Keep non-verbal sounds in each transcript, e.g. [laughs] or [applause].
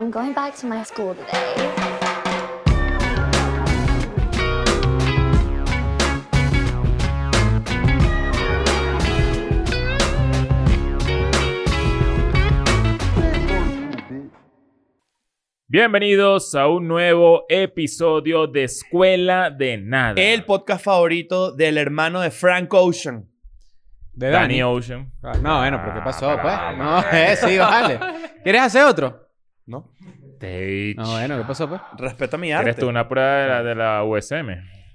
I'm going back to my school today. Bienvenidos a un nuevo episodio de Escuela de Nada. El podcast favorito del hermano de Frank Ocean. De Danny Dani. Ocean. Ah, No, bueno, pero ¿qué pasó, Ah, pues? caramba. No, [laughs] eh, sí, vale. ¿Quieres hacer otro? No. Te- No, bueno, ¿qué pasó, pues? Respeta mi arte. Eres tú una prueba de la, de la USM.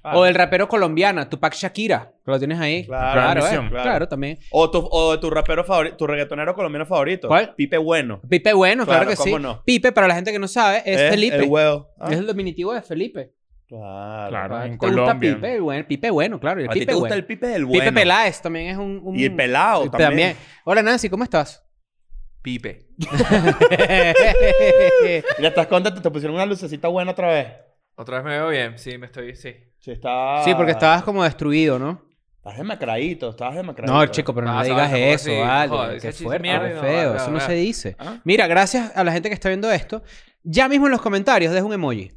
Vale. O el rapero colombiana, Tupac Shakira, que lo tienes ahí. Ah. Claro. pues, claro, eh, Transmisión. claro. Claro, también. O tu, o tu rapero favorito, tu reggaetonero colombiano favorito. ¿Cuál? Pipe Bueno. Pipe Bueno, claro, Claro, que sí. cómo no. Pipe, para la gente que no sabe, es Eh, Felipe. El huevo. Ah, Es el diminutivo de Felipe. Claro. Claro, Ah, en ¿Te gusta Colombia. Pipe? El bueno, Pipe Bueno, claro. y El ¿A ti Pipe te gusta bueno. el Pipe del Bueno? Pipe Peláez también es un... un- Y el pelado también. Hola, Nancy, ¿cómo estás? Pipe. Mira, estás contento, te pusieron una lucecita buena otra vez. Otra vez me veo bien. Sí, me estoy. Sí. Sí, está... [laughs] sí, porque estabas como destruido, ¿no? Estás demacradito, estabas demacradito. No, chico, pero no Ah, le sabes, digas tampoco eso, así. vale. Joder, qué ese chiste fuerte, mierda, qué no, feo. no, eso no no. se dice. ¿Ah? Mira, gracias a la gente que está viendo esto. Ya mismo en los comentarios deja un emoji. El que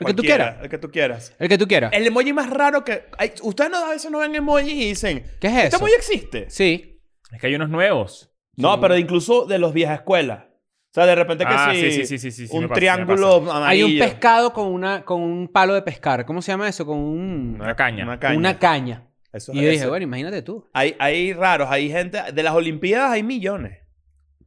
tú Cualquiera, quieras. El que tú quieras. El que tú Eh, quieras. El emoji más raro que... ay, ustedes no, a veces no ven emojis y dicen... ¿Qué es ¿Este eso? emoji existe? Sí. Es que hay unos nuevos. No, pero incluso de los viejas escuelas. O sea, de repente que Ah, sí, sí, sí, sí, sí, sí, sí, un me pasa, triángulo me amarillo. Hay un pescado con, una, con un palo de pescar. ¿Cómo se llama eso? Con un- Una caña. Una caña. Una caña. Eso es- Y yo dije, eso- bueno, imagínate tú. Hay, hay raros, hay gente... De las Olimpiadas hay millones.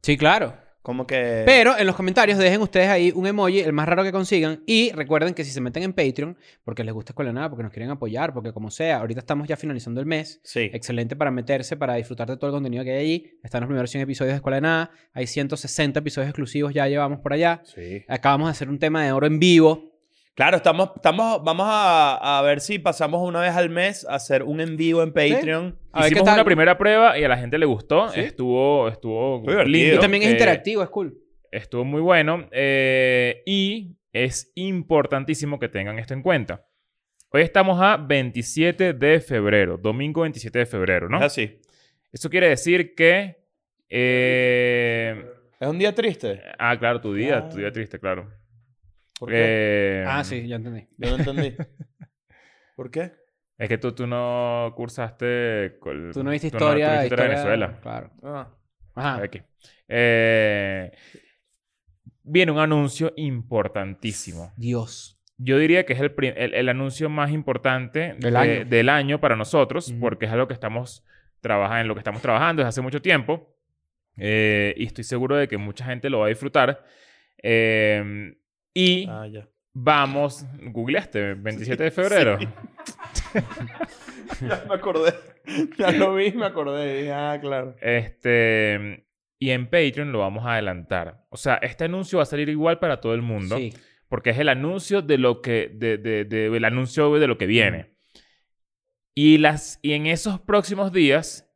Sí, claro. Como que... Pero en los comentarios dejen ustedes ahí un emoji, el más raro que consigan. Y recuerden que si se meten en Patreon, porque les gusta Escuela de Nada, porque nos quieren apoyar, porque como sea, ahorita estamos ya finalizando el mes. Sí. Excelente para meterse, para disfrutar de todo el contenido que hay allí. Están los primeros 100 episodios de Escuela de Nada. Hay 160 episodios exclusivos, ya llevamos por allá. Sí. Acabamos de hacer un tema de oro en vivo. Claro, estamos, estamos, vamos a, a ver si pasamos una vez al mes a hacer un en vivo en Patreon. A ver qué Hicimos tal. una primera prueba y a la gente le gustó. ¿Sí? Estuvo, estuvo Fue divertido. lindo. Creo Y también es Eh, interactivo, es cool. Estuvo muy bueno. eh, y es importantísimo que tengan esto en cuenta. Hoy estamos a 27 de febrero, domingo 27 de febrero, ¿no? Es así. Eso quiere decir que. eh, Es un día triste. ah, claro, tu día, Ah. tu día triste, claro. ¿Por qué? Eh, Ah, sí, ya entendí. Yo no [laughs] entendí. ¿Por qué? Es que tú, tú no cursaste. col- Tú no viste tú historia, viste historia de Venezuela. Claro. Ah. Ajá. Aquí. Eh, viene un anuncio importantísimo. Dios. Yo diría que es el, pri- el- el anuncio más importante Del de- año. del año para nosotros, Ujú. porque es algo que estamos trabajando, en lo que estamos trabajando desde hace mucho tiempo. Eh, y estoy seguro de que mucha gente lo va a disfrutar. Eh, y Ah, ya. vamos, googleaste, 27 de febrero. [laughs] Ya me acordé. [laughs] Ya lo vi, me acordé. Dije, ah, claro. Este, y en Patreon lo vamos a adelantar. O sea, este anuncio va a salir igual para todo el mundo. Sí. porque es el anuncio de lo que de, de- de- el anuncio de lo que Mm. viene y las y en esos próximos días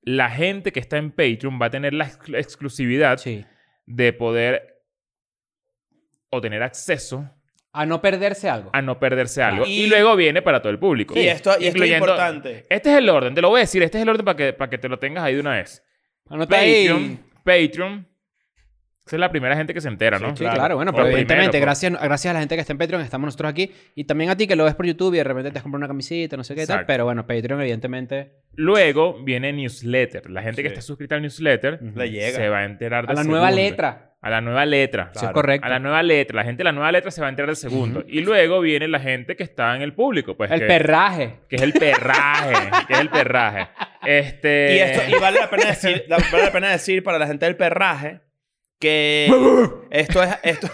la gente que está en Patreon va a tener la exclu- exclusividad Sí. de poder o tener acceso A no perderse algo. a no perderse algo y, Ah, Y- luego viene para todo el público Y esto, y esto es Incluyendo- importante. este es el orden te lo voy a decir este es el orden para que para que te lo tengas ahí de una vez Anota ahí. Patreon Patreon esa es la primera gente que se entera no Sí, claro, bueno, O pero primero, evidentemente, pues. gracias, gracias a la gente que está en Patreon, estamos nosotros aquí. Y también a ti que lo ves por YouTube y de repente te has comprado una camisita, no sé qué tal. Exacto. Pero bueno, Patreon, evidentemente. Luego viene newsletter. La gente que Sí. está suscrita al newsletter Ujú. Le llega. se va a enterar de A la nueva segunda. letra. A la nueva letra. Sí, es correcto. A la nueva letra. La gente de la nueva letra se va a enterar de segundo. Y luego viene la gente que está en el público. Pues, el que, perraje. Que es el perraje. que es [laughs] el perraje. Este... Y, esto, y vale, la pena [laughs] decir, la- vale la pena decir para la gente del perraje [laughs] que esto es, esto,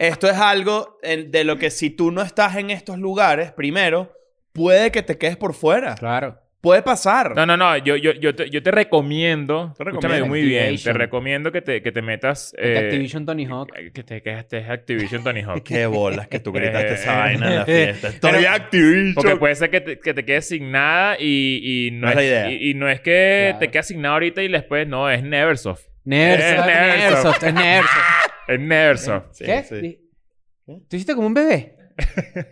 esto es algo en- de lo que si tú no estás en estos lugares, primero, puede que te quedes por fuera. Claro. Puede pasar. No, no, no. Yo, yo, yo, te, yo te recomiendo... Te recomiendo. escúchame muy bien. Te Activation. recomiendo que te, que te metas... De eh, Activision Tony Hawk. Que te que estés Activision Tony Hawk. [laughs] Qué bolas que tú gritaste [laughs] esa vaina en la fiesta. Estoy Porque activicho. puede ser que te, que te quedes sin nada y, y no, No es la es- idea. Y, y no es que Claro. te quedas sin nada ahorita y después no, es Neversoft. Nersoft, Eh, Nersoft, [laughs] es Nersoft. Es Neversoft. ¿Qué? ¿Tú hiciste como un [laughs] bebé?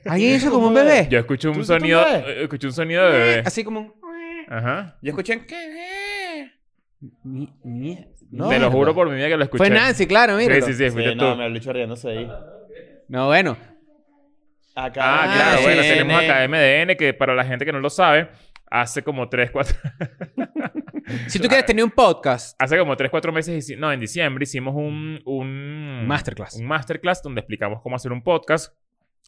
¿Alguien hizo como un Yo bebé? escuché Eh, ¿Tú un hiciste un sonido, bebé? eh, escuché un sonido de bebé. Así como un... Ajá. Yo escuché que Mi- mie- No. Te mierda. lo juro por mi vida que lo escuché. Fue Nancy, claro, mira. Sí, sí, sí, fuiste Sí, tú. no, me lo he dicho riéndose ahí. No, bueno. Acá. Ah, claro, bueno, ADN. tenemos acá MDN, que para la gente que no lo sabe, hace como 3, 4, Si tú quieres tener un podcast, hace como 3, 4 meses, hici- no, en diciembre hicimos un, un Mm. masterclass. un masterclass donde explicamos cómo hacer un podcast.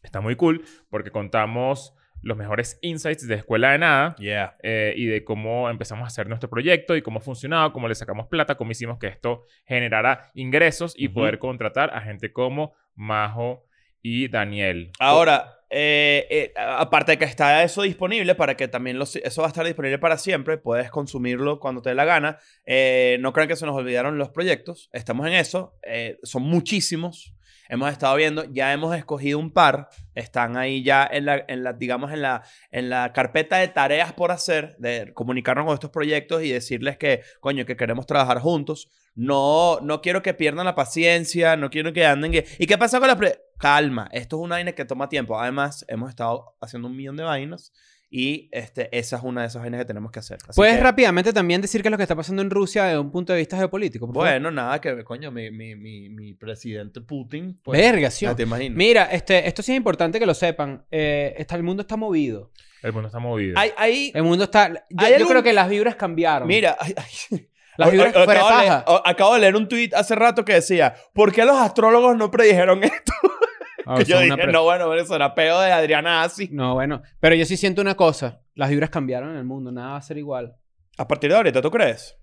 Está muy cool porque contamos los mejores insights de Escuela de Nada Yeah. eh, y de cómo empezamos a hacer nuestro proyecto y cómo ha funcionado, cómo le sacamos plata, cómo hicimos que esto generara ingresos y Ujú. poder contratar a gente como Majo y Daniel. Ahora, eh, eh, a- aparte de que está eso disponible para que también lo si- eso va a estar disponible para siempre, puedes consumirlo cuando te dé la gana. Eh, no crean que se nos olvidaron los proyectos, estamos en eso, eh, son muchísimos. Hemos estado viendo, ya hemos escogido un par, están ahí ya en la, en la digamos, en la, en la carpeta de tareas por hacer, de comunicarnos con estos proyectos y decirles que, coño, que queremos trabajar juntos. No, no quiero que pierdan la paciencia, no quiero que anden... que- ¿Y qué pasa con la... pre- Calma, esto es una vaina que toma tiempo. Además, hemos estado haciendo un millón de vainas y este, esa es una de esas vainas que tenemos que hacer. Así Puedes que, rápidamente también decir qué es lo que está pasando en Rusia desde un punto de vista geopolítico. por favor? Bueno, nada, que coño, mi, mi, mi, mi presidente Putin... pues, Verga, sí. ya te imaginas. Mira, este, esto sí es importante que lo sepan. Eh, está, el mundo está movido. El mundo está movido. Hay- hay- El mundo está. Yo, ¿Hay yo algún- creo que las vibras cambiaron. mira, ay, ay. [laughs] las O- o- vibras o- fuera de acabo, de leer, paja. o- acabo de leer un tuit hace rato que decía, ¿por qué los astrólogos no predijeron esto? [laughs] Ah, Que eso yo es dije, una pre- no, bueno, pero eso era peo de Adriana Asi. No, bueno. Pero yo sí siento una cosa. Las vibras cambiaron en el mundo. Nada va a ser igual. A partir de ahorita, ¿tú crees?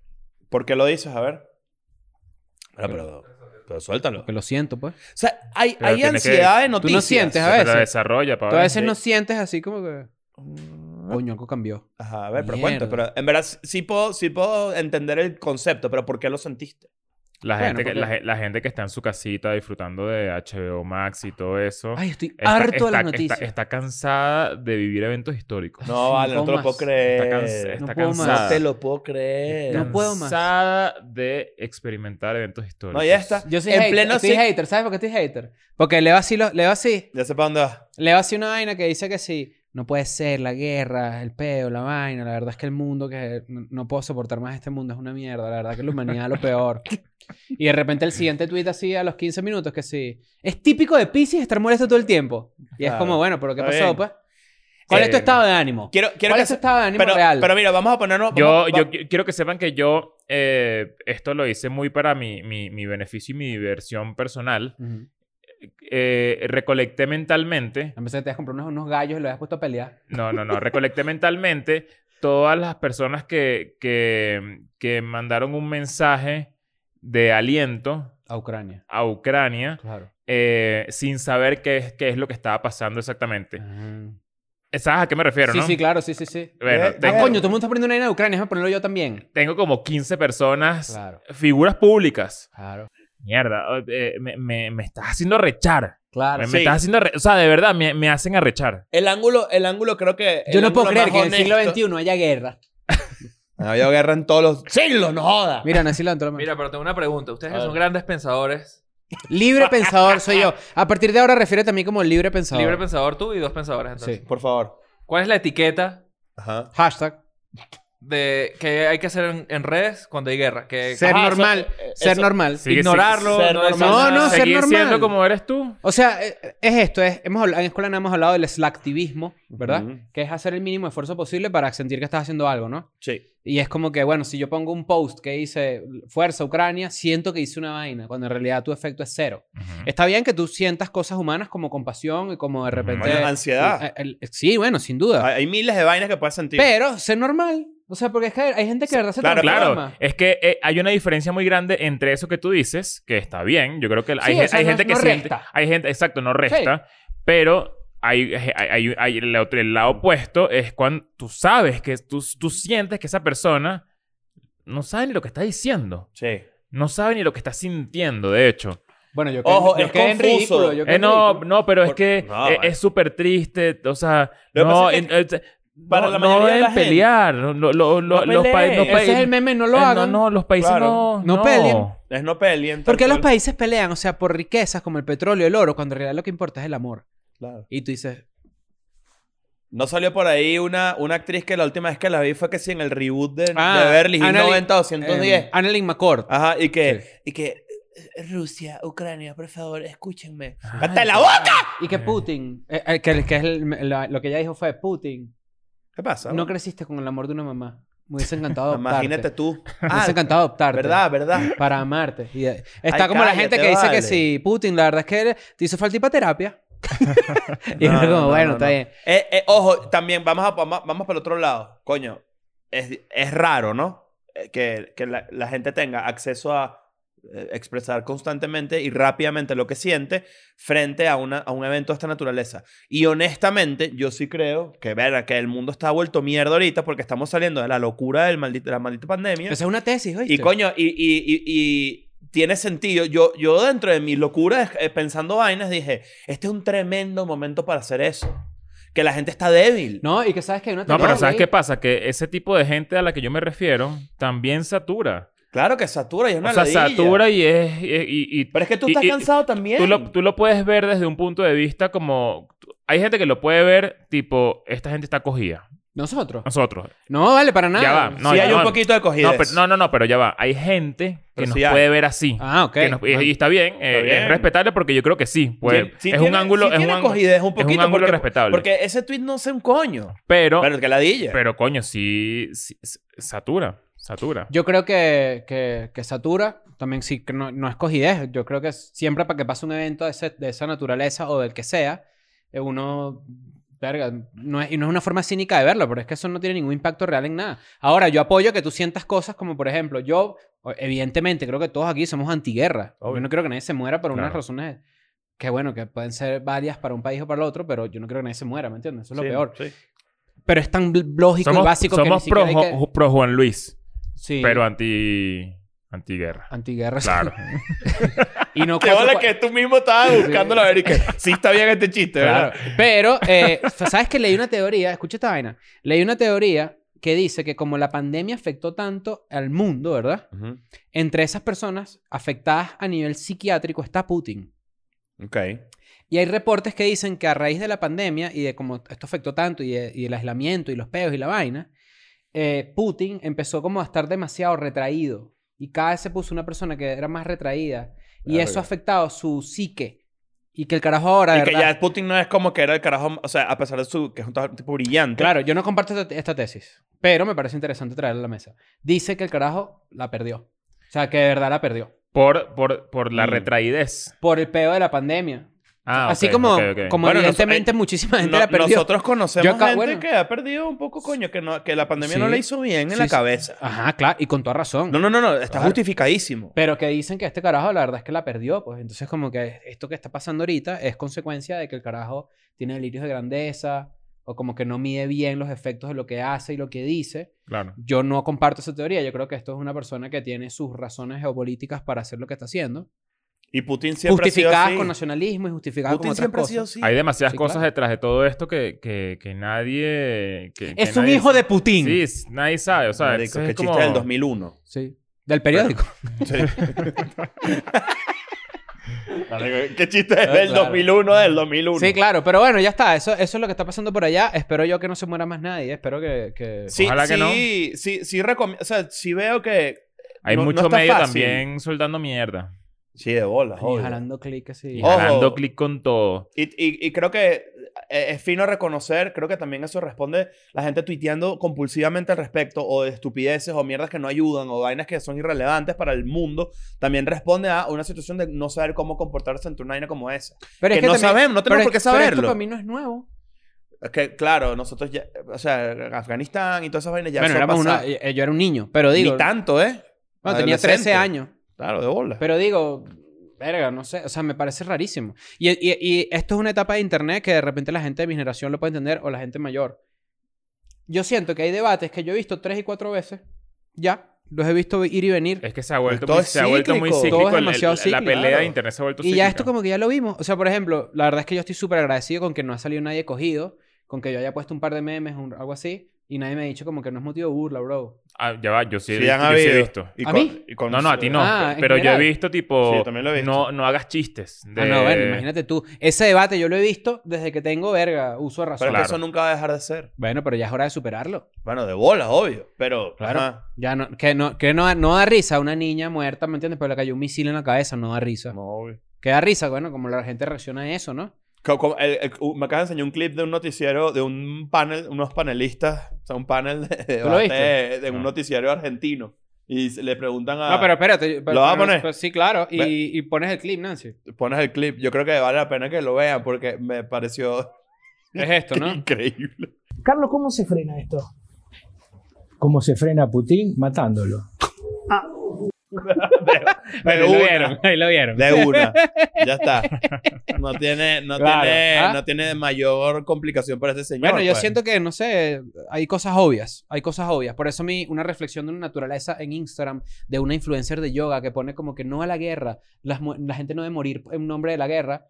¿Por qué lo dices? A ver. Pero, pero, pero suéltalo. O Que lo siento, pues. sea, hay, Pero hay tiene que- ansiedad de no noticias. sientes, a Pero veces. la desarrolla, Tú a para veces no sientes así como que. Coño, algo cambió. Ajá, a ver, pero Mierda. cuenta. Pero en verdad sí puedo, sí puedo entender el concepto, pero ¿por qué lo sentiste? La, Bueno, gente que, porque- la, ge- la gente que está en su casita disfrutando de HBO Max y todo eso. Ay, estoy está- harto de está- las está- noticias. Está, cansada de vivir eventos históricos. No, sí, vale, no te lo comas. puedo Está, cansa- creer. está No puedo más. cansada. No te lo puedo creer. No puedo más. Cansada de experimentar eventos históricos. No, ya está. Yo soy En hater, pleno estoy sig- hater. ¿Sabes por qué estoy hater? Porque leo así, lo- leo así, Ya sé para dónde vas. leo así una vaina que dice que sí. No puede ser la guerra, el peo, la vaina. La verdad es que el mundo que no, no puedo soportar más este mundo es una mierda. La verdad que la humanidad es lo [laughs] peor. Y de repente el siguiente tweet así a los 15 minutos que sí. Es típico de Pisces estar molesto todo el tiempo. Y es Claro. como, bueno, pero ¿qué Está pasó, bien. pues? ¿Cuál Sí. es tu estado de ánimo? Quiero, quiero ¿Cuál que es tu se- estado de ánimo pero, real? pero mira, vamos a ponernos. Yo, vamos- yo va- qui- quiero que sepan que yo eh, esto lo hice muy para mi, mi, mi beneficio y mi diversión personal. Ujú. Eh, recolecté mentalmente, A veces te vas a comprar unos, unos gallos y los has puesto a pelear. no, no, no, [laughs] recolecté mentalmente todas las personas que, que, que mandaron un mensaje de aliento A Ucrania. a Ucrania Claro. eh, sin saber qué es, qué es lo que estaba pasando exactamente. Eh, ¿Sabes a qué me refiero, sí, no? sí, claro, sí, sí, sí. Bueno, Eh, tengo, Ah, coño, todo el mundo está poniendo una vaina de Ucrania, déjame ponerlo yo también. tengo como 15 personas, Claro, figuras públicas. claro. Mierda, eh, me, me, me estás haciendo rechar. Claro. Me, Sí. me estás haciendo... arre- O sea, de verdad, me, me hacen arrechar. El ángulo, el ángulo creo que. Yo el no puedo ángulo creer que más en el siglo honesto- XXI haya guerra. Ha habido guerra en Ah, todos los siglos, no joda. Mira, nací la mano. Mira, pero tengo una pregunta. Ustedes A que son ver. grandes pensadores. Libre pensador soy yo. A partir de ahora refiero también como libre pensador. Libre pensador tú y dos pensadores, entonces. Sí. Por favor. ¿Cuál es la etiqueta Ajá. Hashtag. de que hay que hacer en, en redes cuando hay guerra? Que ah, Ser Ajá, eso- normal. eh, ser eso- normal. Sigue- ignorarlo, ser no decir normal. nada. No, no, ser Seguir siendo normal. como eres tú. O sea, eh, es esto. Es, hemos hablado- en escuela nada hemos hablado del slacktivismo, ¿verdad? Ujú. Que es hacer el mínimo esfuerzo posible para sentir que estás haciendo algo, ¿no? Sí. Y es como que, bueno, si yo pongo un post que dice Fuerza Ucrania, siento que hice una vaina, cuando en realidad tu efecto es cero. Está bien que tú sientas cosas humanas como compasión y como de Ujú. repente... Bueno, ansiedad. Eh, el- sí, bueno, sin duda. Hay hay miles de vainas que puedes sentir. Pero ser normal. O sea, porque es que hay gente que de verdad se Claro, Claro, transforma. es que eh, hay una diferencia muy grande entre eso que tú dices, que está bien, yo creo que hay, Sí, gen- o sea, hay no- gente que no siente- resta. hay gente, exacto, no resta, pero hay, hay, hay- hay- el, otro- el lado opuesto es cuando tú sabes que tú, tú sientes que esa persona no sabe ni lo que está diciendo, Sí. no sabe ni lo que está sintiendo, de hecho. Bueno, yo Ojo, yo es quedé en confuso. ridículo, yo quedé Eh, en no, ridículo. no, pero es Por- que no, eh, vale. es súper triste. O sea, Lo que no, pasa es que en- eh, para no, la no mayoría de deben la gente- pelear. No, lo- lo- lo- No los pa- peleen. no Ese pe- Ese es el meme, no eh, lo no, hagan. no, los países Claro. no, No no. peleen. Es no peleen. ¿Por qué los países países? pelean? O sea, por riquezas como el petróleo, el oro, cuando en realidad lo que importa es el amor. Y tú dices, No salió por ahí una, una actriz que la última vez que la vi fue que sí en el reboot de, Ah, de Beverly Hills Annalyn- 90 o 110. Eh, Annalyn McCord. Ah. Ajá, y que, Sí. y que eh, Rusia, Ucrania, por favor, escúchenme. ¡Cállate la boca! Y que Putin, eh, eh, que, que es el- la- lo que ella dijo fue Putin. ¿Qué pasa? No creciste con el amor de una mamá. Me hubiese encantado [laughs] adoptarte. Imagínate tú. Ah, Ah, Me [laughs] hubiese encantado adoptarte. ¿Verdad, verdad? Para amarte. Y, eh, está Ay, como la gente cállate, que dice vale. que sí, Putin, la verdad es que él- te hizo falta ir para [laughs] terapia. y No, uno como, no, bueno, no, está no. bien. Eh, eh, ojo, también vamos, a, vamos, vamos para el otro lado. Coño, es, es raro, ¿no? Eh, que que la, la gente tenga acceso a eh, expresar constantemente y rápidamente lo que siente frente a, una, a un evento de esta naturaleza. Y honestamente, yo sí creo que, verga, que el mundo está vuelto mierda ahorita porque estamos saliendo de la locura del maldito, de la maldita pandemia. Esa es una tesis, ¿oíste? Y coño, y, y- y- y tiene sentido. Yo, yo dentro de mi locura eh, pensando vainas dije, este es un tremendo momento para hacer eso. Que la gente está débil. No, y que sabes que hay una No, teoría pero por ¿sabes ahí. qué pasa? Que ese tipo de gente a la que yo me refiero también satura. Claro que satura y es una o sea, ladilla. satura y es... y- y- y- Pero es que tú y- estás y- cansado también. Tú lo, tú lo puedes ver desde un punto de vista como... tú- Hay gente que lo puede ver tipo, esta gente está cogida. Nosotros. Nosotros. No, vale, para nada. Ya va. No, sí ya hay no. un poquito de cogida. No, pero- no, no, no, pero ya va. Hay gente que Pero nos sí hay. puede ver así. Ah, ok. Que nos- y, y está bien, eh, bien. es respetable porque yo creo que sí. pues, es, un ángulo, es, un ángulo, cogidez, un es un poquito, ángulo porque, respetable. Porque ese tweet no sé un coño. Pero, Pero que ladilla. pero coño, sí, sí, s- satura, satura. Yo creo que, que, que satura, también sí, que no, no es cogidez. Yo creo que siempre para que pase un evento de, ese- de esa naturaleza o del que sea, eh, uno, verga, no es, y no es una forma cínica de verlo, pero es que eso no tiene ningún impacto real en nada. Ahora, yo apoyo que tú sientas cosas como, por ejemplo, yo, o- evidentemente, creo que todos aquí somos antiguerra. Obvio. Yo no creo que nadie se muera por unas Claro. razones que, bueno, que pueden ser varias para un país o para el otro, pero yo no creo que nadie se muera, ¿me entiendes? Eso es Sí, lo peor. sí. Pero es tan bl- lógico somos y básico somos que ni pro, siquiera hay que- Jo- pro Juan Luis, Sí. pero anti, antiguerra. Antiguerra. Claro. [laughs] Y no Qué cuatro- bola que tú mismo estabas buscando la verica. Sí está bien este chiste, ¿verdad? Claro. Pero, eh, ¿sabes que leí una teoría? Escucha esta vaina. Leí una teoría que dice que como la pandemia afectó tanto al mundo, ¿verdad? Ujú. Entre esas personas afectadas a nivel psiquiátrico está Putin. Ok. Y hay reportes que dicen que a raíz de la pandemia y de cómo esto afectó tanto y, de- y el aislamiento y los peos y la vaina, eh, Putin empezó como a estar demasiado retraído. Y cada vez se puso una persona que era más retraída. Y Verga. eso ha afectado su psique. Y que el carajo ahora... Y que ¿verdad? ya Putin no es como que era el carajo, o sea, a pesar de su, que es un ta- tipo brillante. Claro, yo no comparto esta, esta tesis, pero me parece interesante traerla a la mesa. Dice que el carajo la perdió. O sea, que de verdad la perdió. por, por, por la Mm. retraidez. Por el peo de la pandemia. Ah, Así ok, como, ok, ok. como Bueno, evidentemente nos- eh, muchísima gente No- la perdió. nosotros conocemos Yo acá- gente bueno. que ha perdido un poco, coño, que, no, que la pandemia no Sí. le hizo bien en Sí, la sí. cabeza. Ajá, claro, y con toda razón. No, no, no, no, está Claro. justificadísimo. Pero que dicen que este carajo la verdad es que la perdió, pues. Entonces como que esto que está pasando ahorita es consecuencia de que el carajo tiene delirios de grandeza o como que no mide bien los efectos de lo que hace y lo que dice. Claro. Yo no comparto esa teoría. Yo creo que esto es una persona que tiene sus razones geopolíticas para hacer lo que está haciendo. Y Putin siempre ha sido justificadas así. con nacionalismo y justificadas con Putin otras siempre ha cosas. sido así. Hay demasiadas Sí, cosas claro. detrás de todo esto que, que, que nadie... que- que Es un nadie- hijo de Putin. Sí, s- nadie sabe. O sea, Marico, entonces qué es como- chiste del [laughs] 2001. Sí. Del periódico. Marico, qué chiste es del claro. 2001 del 2001. Sí, claro. Pero bueno, ya está. Eso, eso es lo que está pasando por allá. Espero yo que no se muera más nadie. Espero que... que- Sí, Ojalá que sí, no. Sí, sí, recomi- o sea, sí veo que... Hay no- no mucho está medio fácil. también soltando mierda. Sí, de bola, Y obvio. jalando clic así. Y Ojo. jalando clic con todo. Y, y- y creo que eh, es fino reconocer, creo que también eso responde la gente tuiteando compulsivamente al respecto, o de estupideces, o mierdas que no ayudan, o vainas que son irrelevantes para el mundo, también responde a una situación de no saber cómo comportarse ante una vaina como esa. Pero que no sabemos, no tenemos pero por qué es- pero saberlo. esto para mí no es nuevo. Es que, claro, nosotros ya, o sea, Afganistán y todas esas vainas ya bueno, son éramos una- pasadas. eh, yo era un niño. Pero digo... Ni tanto, ¿eh? bueno, tenía Adolescente. 13 años. Claro, de bola. Pero digo, verga, no sé, o sea, me parece rarísimo. Y, y- y esto es una etapa de internet que de repente la gente de mi generación lo puede entender o la gente mayor. Yo siento que hay debates que yo he visto tres y cuatro veces, ya, los he visto ir y venir. Es que se ha vuelto, Todo muy, es se ha vuelto muy cíclico. cíclico. Todo es el- el- demasiado La cíclico, pelea claro. de internet se ha vuelto Y cíclica. ya esto como que ya lo vimos. O sea, por ejemplo, la verdad es que yo estoy súper agradecido con que no ha salido nadie cogido, con que yo haya puesto un par de memes, un- algo así, Y nadie me ha dicho como que no es motivo de burla, bro. Ah, ya va, yo sí, he Sí, visto- han yo sí he habido. visto. Y ¿A con- mí? y con- No, no, a ti no. Ah, en pero yo he general. visto, tipo. Sí, yo también lo he visto. No, no hagas chistes. De... Ah, no, bueno, imagínate tú. Ese debate yo lo he visto desde que tengo verga, uso de razón. Pero es Claro. que eso nunca va a dejar de ser. Bueno, pero ya es hora de superarlo. Bueno, de bolas, obvio. Pero. Claro. ajá. Ya no, que no, que no, no da risa una niña muerta, ¿me entiendes? Pero le cayó un misil en la cabeza, no da risa. No, obvio. Que da risa, bueno, como la gente reacciona a eso, ¿no? Co- como el- el- u- me acabas de enseñar un clip de un noticiero, de un panel, unos panelistas, o sea, un panel de, de ¿Tú lo viste? Ah. debate eh, de un No. noticiero argentino. Y se- le preguntan a... No, pero espérate. pero- Ah, ¿Lo vas a pero- poner? pero sí, claro. Y, Ve- y pones el clip, Nancy. Pones el clip. Yo creo que vale la pena que lo vean porque me pareció Es esto, [laughs] ¿no? increíble. Carlos, ¿cómo se frena esto? ¿Cómo se frena a Putin? Matándolo. Bueno, lo [laughs] vieron, ahí lo vieron. De una. Ya está. No tiene, no Claro. tiene, ¿Ah? no tiene mayor complicación para ese señor. Bueno, yo pues. siento que, no sé, hay cosas obvias, hay cosas obvias. Por eso mi, una reflexión de una naturaleza en Instagram de una influencer de yoga que pone como que no a la guerra, las mu- la gente no debe morir en nombre de la guerra.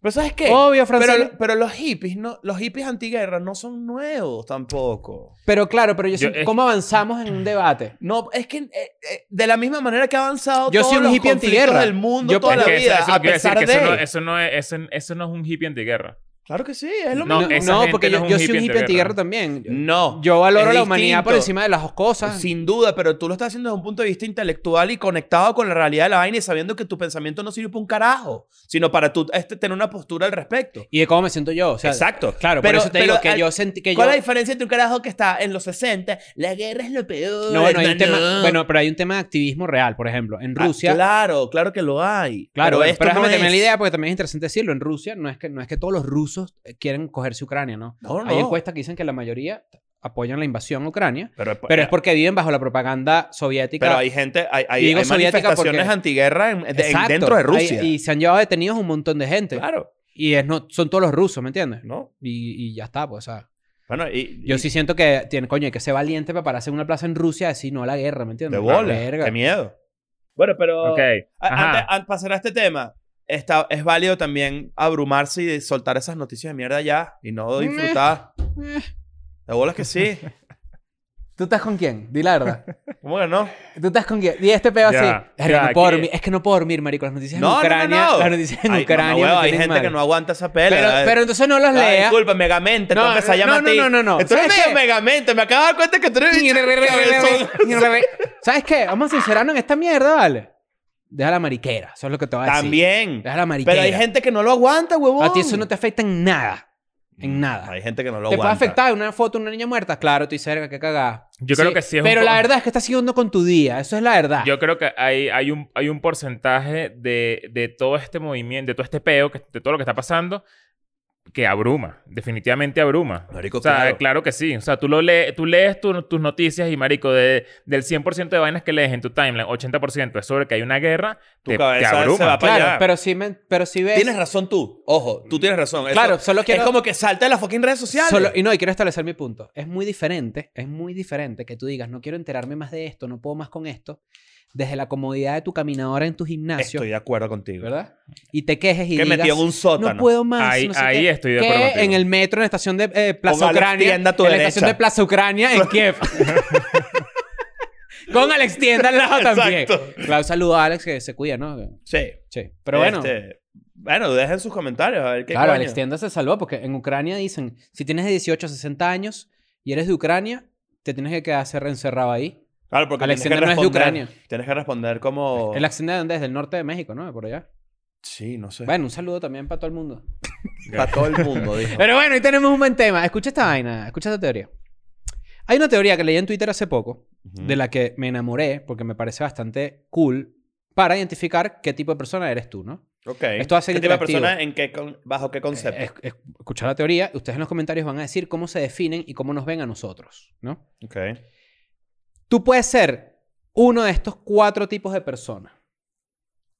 Pero ¿sabes qué? Obvio, Oh, Francisco. pero, Pero, pero los hippies, no, los hippies antiguerra no son nuevos tampoco. claro, pero yo, Yo- siento- es- ¿cómo avanzamos en un debate? No, es que eh, eh, de la misma manera que ha avanzado Yo todos soy un los hippie conflictos antiguerra. del mundo Yo- toda Es la que eso- vida, eso es lo a que iba decir, pesar que de... eso no, eso, no es, eso, eso no es un hippie antiguerra. Claro que sí, es lo No, mismo. esa gente porque no yo, es yo un soy un hippie hippie antiguerra antiguerra. también. No. Yo valoro es la humanidad por distinto. encima de las cosas. Sin duda, pero tú lo estás haciendo desde un punto de vista intelectual y conectado con la realidad de la vaina y sabiendo que tu pensamiento no sirve para un carajo, sino para tú este, tener una postura al respecto. Y de cómo me siento yo. O sea, Exacto. Claro, Pero- por eso te pero digo que al- yo sentí que yo... ¿Cuál es la diferencia entre un carajo que está en los 60? La guerra es lo peor. No, bueno, hay un hermano. tema, bueno, pero hay un tema de activismo real, por ejemplo. En Ah, Rusia, claro, claro que lo hay. Claro, pero bueno, esto pero déjame no terminar es- la idea porque también es interesante decirlo. En Rusia no es que, no es que todos los rusos eh, quieren cogerse Ucrania, ¿no? No, no. Hay encuestas que dicen que la mayoría apoyan la invasión a Ucrania, Pero, pero es porque viven bajo la propaganda soviética. Pues, eh. pero hay gente, hay, hay, Y digo hay soviética manifestaciones porque- antiguerra en- Eh, de- en- Exacto. dentro de Hay- Rusia. y se han llevado detenidos un montón de gente. Claro, Y es, no, son todos los rusos, ¿me entiendes? ¿no? Y, y ya está, pues, o sea. Bueno, y, Yo y- sí siento que, tiene, coño, hay que ser valiente para pararse en una plaza en Rusia y decir no a la guerra, ¿me De entiendes? bola. Verga. Qué miedo. Bueno, pero. Ok. Oh, A- Ajá. Antes, an- pasar a este tema, está, es válido también abrumarse y de- soltar esas noticias de mierda ya y Mm. no disfrutar. Eh. De bolas [laughs] que sí. ¿Tú estás con quién? Di la verdad. [laughs] ¿Cómo que no? Tú estás con quién? Y este pedo así. Ya, "Verga, ya, no puedo aquí- dormir. Es que no puedo dormir, marico. Las noticias No, no, en Ucrania. no, no. Las noticias en Ay, Ucrania. mamá, huevo, me hay tienen gente que mal. no aguanta esa pelea. pero, pero entonces no los Ay, lea. disculpa, Megamente, No, no, entonces no, llama no, no, no, no. Tú eres ¿Sabes medio qué? Megamente, me acabo de dar cuenta que tú [laughs] eres bicho cabezón. ¿Sabes qué? Vamos a sincerarnos en esta mierda, vale. Deja la mariquera. Eso es lo que te voy a decir. También. Deja la mariquera. Pero hay gente que no lo aguanta, huevón. A ti eso no te afecta en nada. En nada. Hay gente que no lo ¿Te aguanta. puede afectar una foto de una niña muerta? Claro, te dice, verga, qué cagada. Yo creo que sí es un Pero po- la verdad es que estás siguiendo con tu día. Eso es la verdad. Yo creo que hay, hay, un, hay un porcentaje de, de todo este movimiento, de todo este peo, que, de todo lo que está pasando, que abruma. Definitivamente abruma. Marico, o sea, claro. claro. que sí. O sea, tú, lo lees, tú lees tu- tus noticias y, marico, de, del 100% de vainas que lees en tu timeline, 80% es sobre que hay una guerra, Tu te, cabeza te se abruma. va pa' claro, allá. pero si, me, pero si ves... Tienes razón tú. Ojo, tú tienes razón. Eso- Claro, solo quiero- Es como que salta de las fucking redes sociales. Solo- y no, y quiero establecer mi punto. Es muy diferente, es muy diferente que tú digas, no quiero enterarme más de esto, no puedo más con esto, desde la comodidad de tu caminadora en tu gimnasio, Estoy de acuerdo contigo. ¿verdad? Y te quejes y Que digas, metido en un sótano. no [laughs] puedo más. Ahí- no sé ahí qué", estoy de que acuerdo contigo. en el metro, en la estación de eh, Plaza Con Alex Ucrania, Tienda a tu en la derecha. estación de Plaza Ucrania [laughs] en Kiev. [laughs] con Alex Tienda al lado también. Exacto. Claro, saludo a Alex que se cuida, ¿no? Sí. Sí. Pero bueno. Este, bueno, dejen sus comentarios a ver qué Claro, coño. Alex Tienda se salvó porque en Ucrania dicen, si tienes de 18 a 60 años y eres de Ucrania, te tienes que quedar cer- encerrado ahí. Claro, porque Alex tienes que Tienda no es de responder- Ucrania. Tienes que responder como... ¿El Alex Tienda de dónde es? Del norte de México, ¿no? Por allá. Sí, no sé. Bueno, un saludo también para todo el mundo. Para todo el [laughs] mundo, dijo. Pero bueno, hoy tenemos un buen tema. Escucha esta vaina, escucha esta teoría. Hay una teoría que leí en Twitter hace poco, Ujú. de la que me enamoré porque me parece bastante cool para identificar qué tipo de persona eres tú, ¿no? Ok. Esto va a ser ¿Qué tipo de interactivo. persona en qué con- bajo qué concepto? Eh, es- es- escuchar la teoría, ustedes en los comentarios van a decir cómo se definen y cómo nos ven a nosotros, ¿no? ok. Tú puedes ser uno de estos cuatro tipos de personas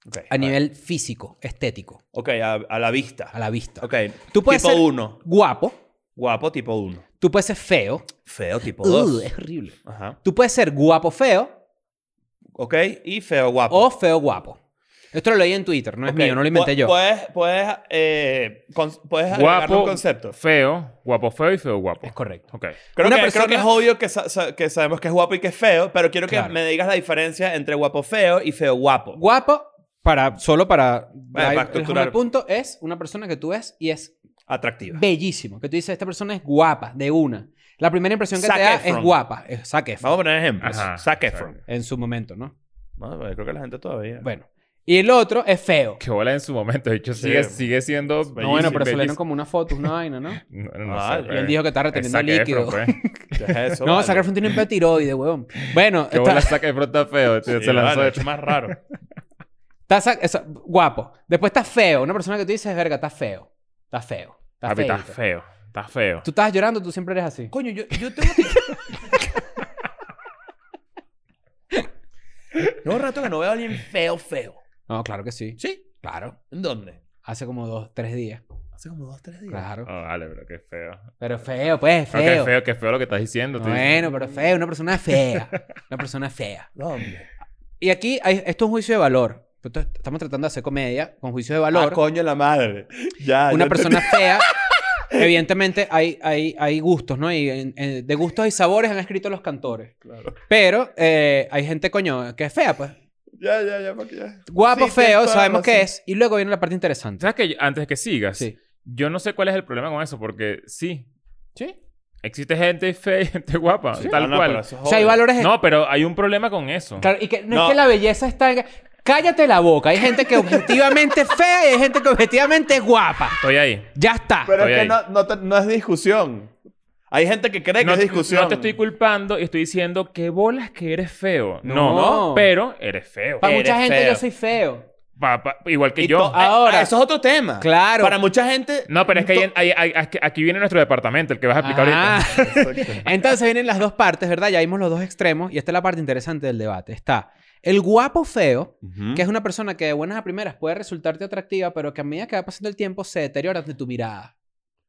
ok, a vale. nivel físico, estético, Ok, a, a la vista. a la vista. Ok. Tú puedes tipo ser 1. guapo, Guapo tipo 1. tú puedes ser feo. Feo tipo Uh, 2. es horrible. Ajá. Tú puedes ser guapo feo Ok. Y feo guapo. o feo guapo. Esto lo leí en Twitter, no es Ok, mío, no lo inventé pu- yo. Puedes, puedes, eh, con- puedes agregarle un Guapo, concepto. feo, guapo feo y feo guapo. Es correcto. Ok. Creo que, Una creo que es persona- obvio que, sa- sa- que sabemos que es guapo y que es feo, pero quiero que Claro. me digas la diferencia entre guapo feo y feo guapo. Guapo, para, solo para... para ahí- el estructurar. primer punto es una persona que tú ves y es Atractiva. bellísimo. Que tú dices, esta persona es guapa, de una. La primera impresión que Zac te da Efron. es guapa. Es Zac Efron, Vamos a poner ejemplos. Ajá, Zac exacto. Efron. en su momento, ¿no? No, pero creo que la gente todavía. Bueno. Y el otro es feo. Que bola en su momento. De hecho, Sí. sigue, sigue siendo. No, bueno, pero bellísimo. salieron como unas fotos, una vaina, ¿no? No, no, no Ah, sé, y pues. Y él dijo que está Es reteniendo Zac líquido. Efron, [laughs] pues. Ya es [laughs] eso, no, vale. Zac Efron tiene un hipotiroide, huevón. Bueno, Que está, bola saca de pronto feo. tío, Sí, se lanzó vale, de- es más raro. está Zac- eso, guapo. Después está feo. Una persona que tú dices, verga, está feo. Está feo. Está Papi, feo. estás feo. Estás feo. Tú estás llorando, tú siempre eres así. Coño, yo, yo tengo. no, rato que no veo a alguien feo, feo. No, claro que sí. ¿Sí? Claro. ¿En dónde? Hace como dos, tres días. Hace como dos, tres días. Claro. Oh, vale, pero qué feo. Pero feo, pues, No, qué feo. feo, qué feo lo que estás diciendo. tío. Bueno, pero feo, una persona fea. [laughs] Una persona fea. No, hombre. Y aquí, hay, esto es un juicio de valor. Esto- Estamos tratando de hacer comedia con juicio de valor. Ah, coño, la madre. Ya. una ya persona fea. Evidentemente hay, hay, hay gustos, ¿no? Y en- en- de gustos y sabores han escrito los cantores. Claro. Pero eh, hay gente, coño, que es fea, pues. entendí. [laughs] Ya, ya, ya, porque ya. Guapo, Sí, tienes feo, toda la sabemos qué razón. es. Y luego viene la parte interesante. ¿Sabes que antes que sigas, Sí. yo no sé cuál es el problema con eso, porque sí, ¿Sí? existe gente [laughs] fea y gente guapa, tal No, no, pero cual. eso es O sea, hay obvio. valores... No, pero hay un problema con eso. Claro, y que no, No. es que la belleza está... en- Cállate la boca. Hay gente que objetivamente es fea y hay gente que objetivamente es guapa. Estoy ahí. Ya está. Pero Estoy es que ahí. no, no, te- no es discusión. Hay gente que cree que No, es te- discusión. no te estoy culpando y estoy diciendo que bolas que eres feo. No, No. pero eres feo. Para mucha Eres gente feo. yo soy feo. Pa- pa- igual que Y yo. to- ah, Ahora. ah, Eso es otro tema. Claro. Ah. Para mucha gente. No, pero es que [laughs] hay- hay- hay- aquí- aquí viene nuestro departamento, el que vas a explicar Ah. ahorita. Entonces vienen las dos partes, ¿verdad? Ya vimos los dos extremos y esta es la parte interesante del debate. Está el guapo feo, Ujú. que es una persona que de buenas a primeras puede resultarte atractiva, pero que a medida que va pasando el tiempo se deteriora ante tu mirada.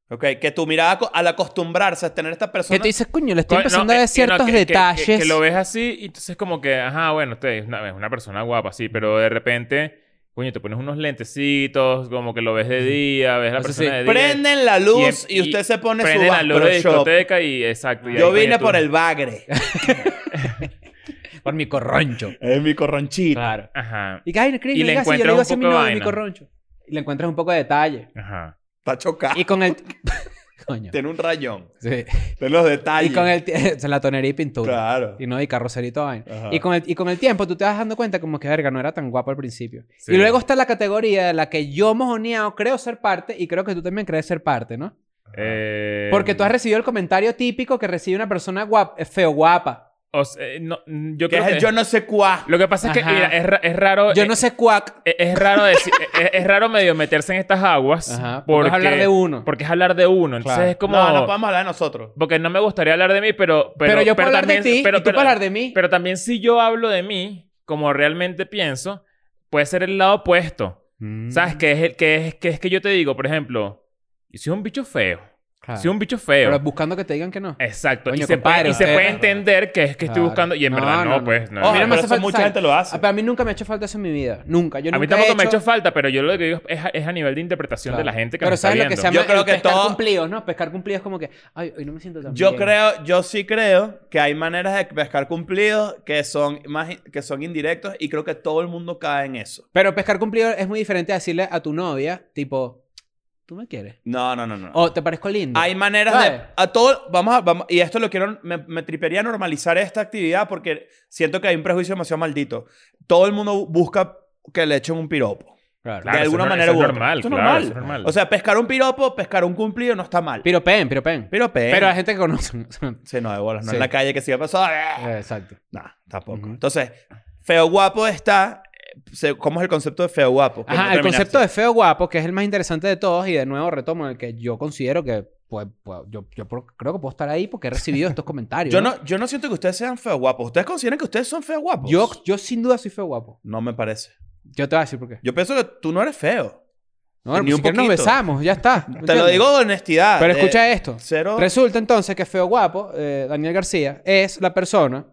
Ok, que tu mirada co- al acostumbrarse a tener esta persona. Que tú dices, coño, le estoy Co- empezando no, a eh, ver que no, ciertos que- que- detalles. Que, que lo ves así y entonces como que, ajá, bueno, usted es una, es una persona guapa, sí, pero de repente, coño, te pones unos lentecitos, como que lo ves de día, ves la Eso persona sí. de día. Prenden la luz y, em- usted se pone su prende la luz de Bastrop. discoteca y exacto. y Yo ahí, vine coño, por tú- [laughs] el bagre. Por mi corroncho. es mi corronchito. Claro. Ajá, Y que, ay, no crees, Y no le digas así, yo le encuentras digo un así a mi poco de novio, mi vaina. corroncho. Y le encuentras un poco de detalle. ajá. Está chocado. Y con el... [laughs] coño. Tiene un rayón. Sí. Tiene los detalles. Y con el... tie- [laughs] se la tonería y pintura. Claro. Y no, y carrocerito vaina. Ajá. Y con, el, y con el tiempo tú te vas dando cuenta como que, verga, no era tan guapo al principio. Sí. Y luego está la categoría de la que yo, mojoneado, creo ser parte y creo que tú también crees ser parte, ¿no? Eh, Porque tú has recibido el comentario típico que recibe una persona guap- eh, feo guapa. o sea, eh, no, mm, yo Que creo es el que- yo no sé cuá. Lo que pasa es que Ajá. mira, es, ra- es raro... Yo eh, no sé cuac. eh, Es raro, decir- eh, es, es raro medio meterse en estas aguas. Ajá. Porque, Porque es hablar de uno. Porque es hablar de uno. Entonces Claro. es como. No, no podemos hablar de nosotros. Porque no me gustaría hablar de mí, pero... Pero, yo puedo hablar de también- ti y tú puedes hablar de mí. Pero también si yo hablo de mí, como realmente pienso, puede ser el lado opuesto. Mm, ¿Sabes? Que es, el, que, es, que es que yo te digo, por ejemplo, yo soy un bicho feo. claro. Soy un bicho feo. Ah. Pero buscando que te digan que no. Exacto. Coño, y se, compadre, puede, y se usted- puede entender que es que estoy Claro. buscando... Y en No, verdad no, no, no. pues. No, Ojo, mí no me pero hace eso falta- mucha ¿sabes? gente lo hace. Ah, pero a mí nunca me ha hecho falta eso en mi vida. Nunca. Yo a mí nunca tampoco he me ha hecho- hecho falta, pero yo lo que digo es a, es a nivel de interpretación Claro. de la gente que Pero nos está ¿sabes lo que viendo. se llama Yo creo el que pescar todo- cumplidos, no? Pescar cumplidos es como que, ay, hoy no me siento tan Yo bien. creo, yo sí creo que hay maneras de pescar cumplidos que son más, in- que son indirectos y creo que todo el mundo cae en eso. Pero pescar cumplido es muy diferente a decirle a tu novia, tipo, ¿tú me quieres? No, no, no, no. O te parezco lindo. Hay maneras de ¿Sabes? a todo vamos a vamos- y esto lo quiero me, me tripería normalizar esta actividad porque siento que hay un prejuicio demasiado maldito. Todo el mundo busca que le echen un piropo. Claro. Claro, de eso alguna es nor- eso manera u es otra. normal, Eso es claro, normal. eso es normal. O sea, pescar un piropo, pescar un cumplido no está mal. Piropen, piropen. Pirope. Pero hay gente que conoce. [laughs] Sí, no, de bolas, no Sí. en la calle que se iba a pasar. Eh, Exacto. Nah, tampoco. Ujú. Entonces, feo guapo está. eh, se- ¿Cómo es el concepto de feo guapo? Que no Ajá, el terminaste. concepto de feo guapo, que es el más interesante de todos, y de nuevo retomo en el que yo considero que, pues, pues, yo, yo por- creo que puedo estar ahí porque he [laughs] recibido estos comentarios. Yo no, yo no siento que ustedes sean feo guapos. ¿Ustedes consideran que ustedes son feo guapos? Yo, yo sin duda soy feo guapo. No me parece. Yo te voy a decir por qué. Yo pienso que tú no eres feo. No, Ni ni un un nos poquito. besamos, ya está. ¿me Te lo entiendes? digo eh, con honestidad. Pero de escucha esto. Cero. Resulta entonces que Feo Guapo, eh, Daniel García, es la persona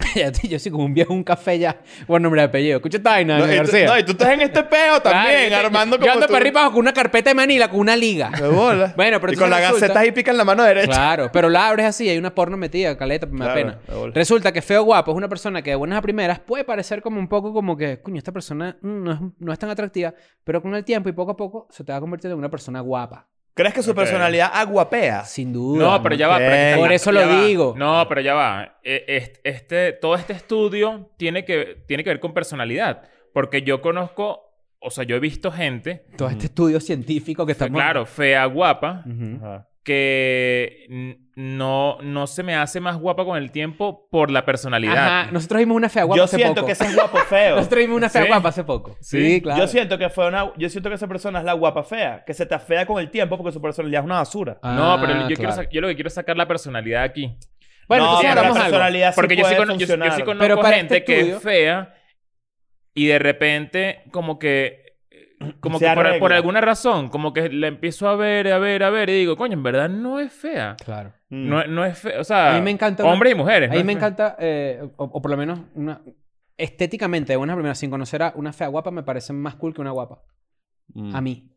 [laughs] Ya te- Yo soy como un viejo, un café ya. Buen nombre de apellido. Escucha esta vaina, No, Daniel y tú, García. no, y tú estás en este peo también, armando Yo ando tú. para arriba y para abajo con una carpeta de manila, con una [laughs] liga. De bola. Bueno, pero y entonces con la resulta- gaceta ahí pica en la mano derecha. Claro, pero la abres así y hay una porno metida, caleta, me da Claro, pena. de bola. Resulta que feo guapo es una persona que de buenas a primeras puede parecer como un poco como que, coño, esta persona mm, no es, no es tan atractiva, pero con el tiempo y poco a poco se te va convirtiendo en una persona guapa. ¿Crees que su Ok. personalidad aguapea? Sin duda. No, pero ya va. pero Ok. ya- Por eso ya lo va. digo. No, pero ya va. Eh, est- Este, todo este estudio tiene que, tiene que ver con personalidad. Porque yo conozco, o sea, yo he visto gente, Todo este estudio científico que estamos... claro, fea, guapa, Ujú. que n- no, no se me hace más guapa con el tiempo por la personalidad. Ajá, nosotros vimos una fea guapa Yo hace siento poco. Este que ese es guapo [laughs] feo. Nosotros vimos una fea Sí. guapa hace poco. Sí, Sí. claro. Yo siento que fue una, yo siento que esa persona es la guapa fea, que se te afea con el tiempo porque su personalidad es una basura. No, pero yo, Ah, quiero claro. sa- yo lo que quiero es sacar la personalidad aquí. Bueno, No, entonces pero hagamos la algo. personalidad Porque sí yo sí, puede cono- yo- yo sí funcionar. conozco Pero para este gente que estudio- es fea y de repente como que... Como Se que por, arregla. por alguna razón, como que la empiezo a ver, a ver, a ver y digo, coño, en verdad no es fea. Claro. Mm. No, no es fea, o sea, A mí me encanta una- hombres y mujeres. A no mí es me fea. encanta, eh, o, o por lo menos una, estéticamente, de buenas primeras, sin conocer a una fea guapa, me parece más cool que una guapa. Mm. A mí.